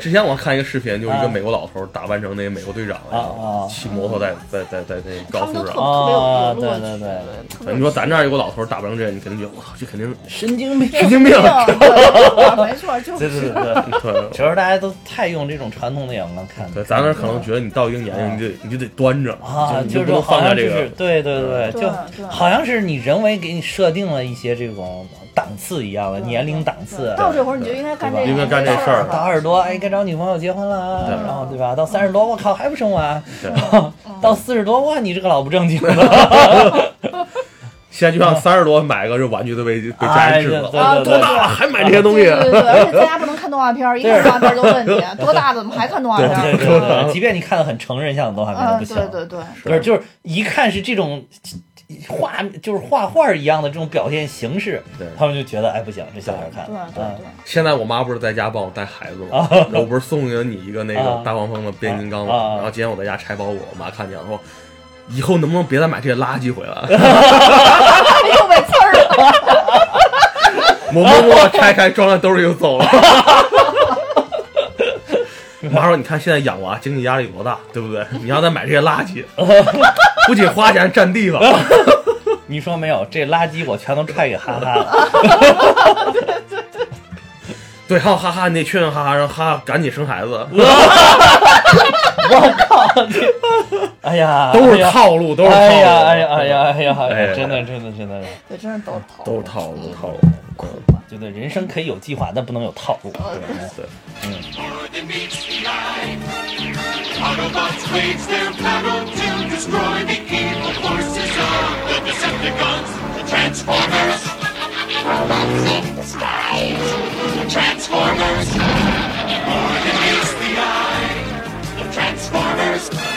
之前我看一个视频，就是一
啊
个美国老头打扮成那个美国队长
啊啊
了，骑摩托在在在在在
他
高
们都
速
特
上。
特别有
啊
有乐
对对
趣，
啊对
对，特别有
你说咱这儿有个老头打扮成这样，你肯定觉得我操，这肯定
神经病。
神经病。
对没错， 就
对
是
对对对，
对
主要是大家都太用这种传统的眼光看。
对，咱那儿可能觉得你到一定年龄，你就你就得端着
啊，
你
就
就不
是
能
好
放下
像就
这
是
个。嗯
对对对，
对
就
对
好像是你人为给你设定了一些这种档次一样的年龄档次。
到这会儿你就应该干这个，
应该干这事儿
儿
到
了
了。
二十多，哎，该找女朋友结婚了，
对
然后对吧？到三十多，我靠，还不生娃？
对，
嗯
到四十多，哇，你这个老不正经 的，
现在就像三十多买个这玩具都被被家人制
哎
止
对
了，
啊，对
对
多
对
对
大了还买这些东西啊
对？对对，而且在家不能看动画片儿，一看动画片儿就问你多大了，怎么还看动画片
对对
啊
儿？
对，即便你看的很成人向的动画片都
嗯，
不行。
对对对，
不是，就是一看是这种画，就是画画一样的这种表现形式
对，
他们就觉得哎不行，这小孩看，
对对
啊
对，
现在我妈不是在家帮我带孩子吗？然后我不是送给你一个那个大黄蜂的变形金刚吗
啊啊？啊
然后今天我在家拆包裹，我妈看见了说，以后能不能别再买这些垃圾回来？
又被刺儿了。
我默默拆啊开装在兜里就走了。 妈说：“你看现在养娃经济压力有多大，对不对？你要再买这些垃圾，
嗯
不仅花钱占地方，
你说没有？这垃圾我全都踹给哈哈了。
对，还有哈哈，你得劝劝哈哈，让哈哈赶紧生孩 子，
哎我靠！你哎呀，
都是套路，都是套路，
哎呀，哎呀，哎呀，哎呀，哎呀，
哎
真的，真的，真的，
对，真是都头。
都是套路，套路。
真的，人生可以有计划，但不能有套路。
对，
It meets the eye. Autobots wage their battle to destroy the evil forces of the Decepticons, the Transformers. Robots in disguise, the Transformers. More than meets the eye, the Transformers.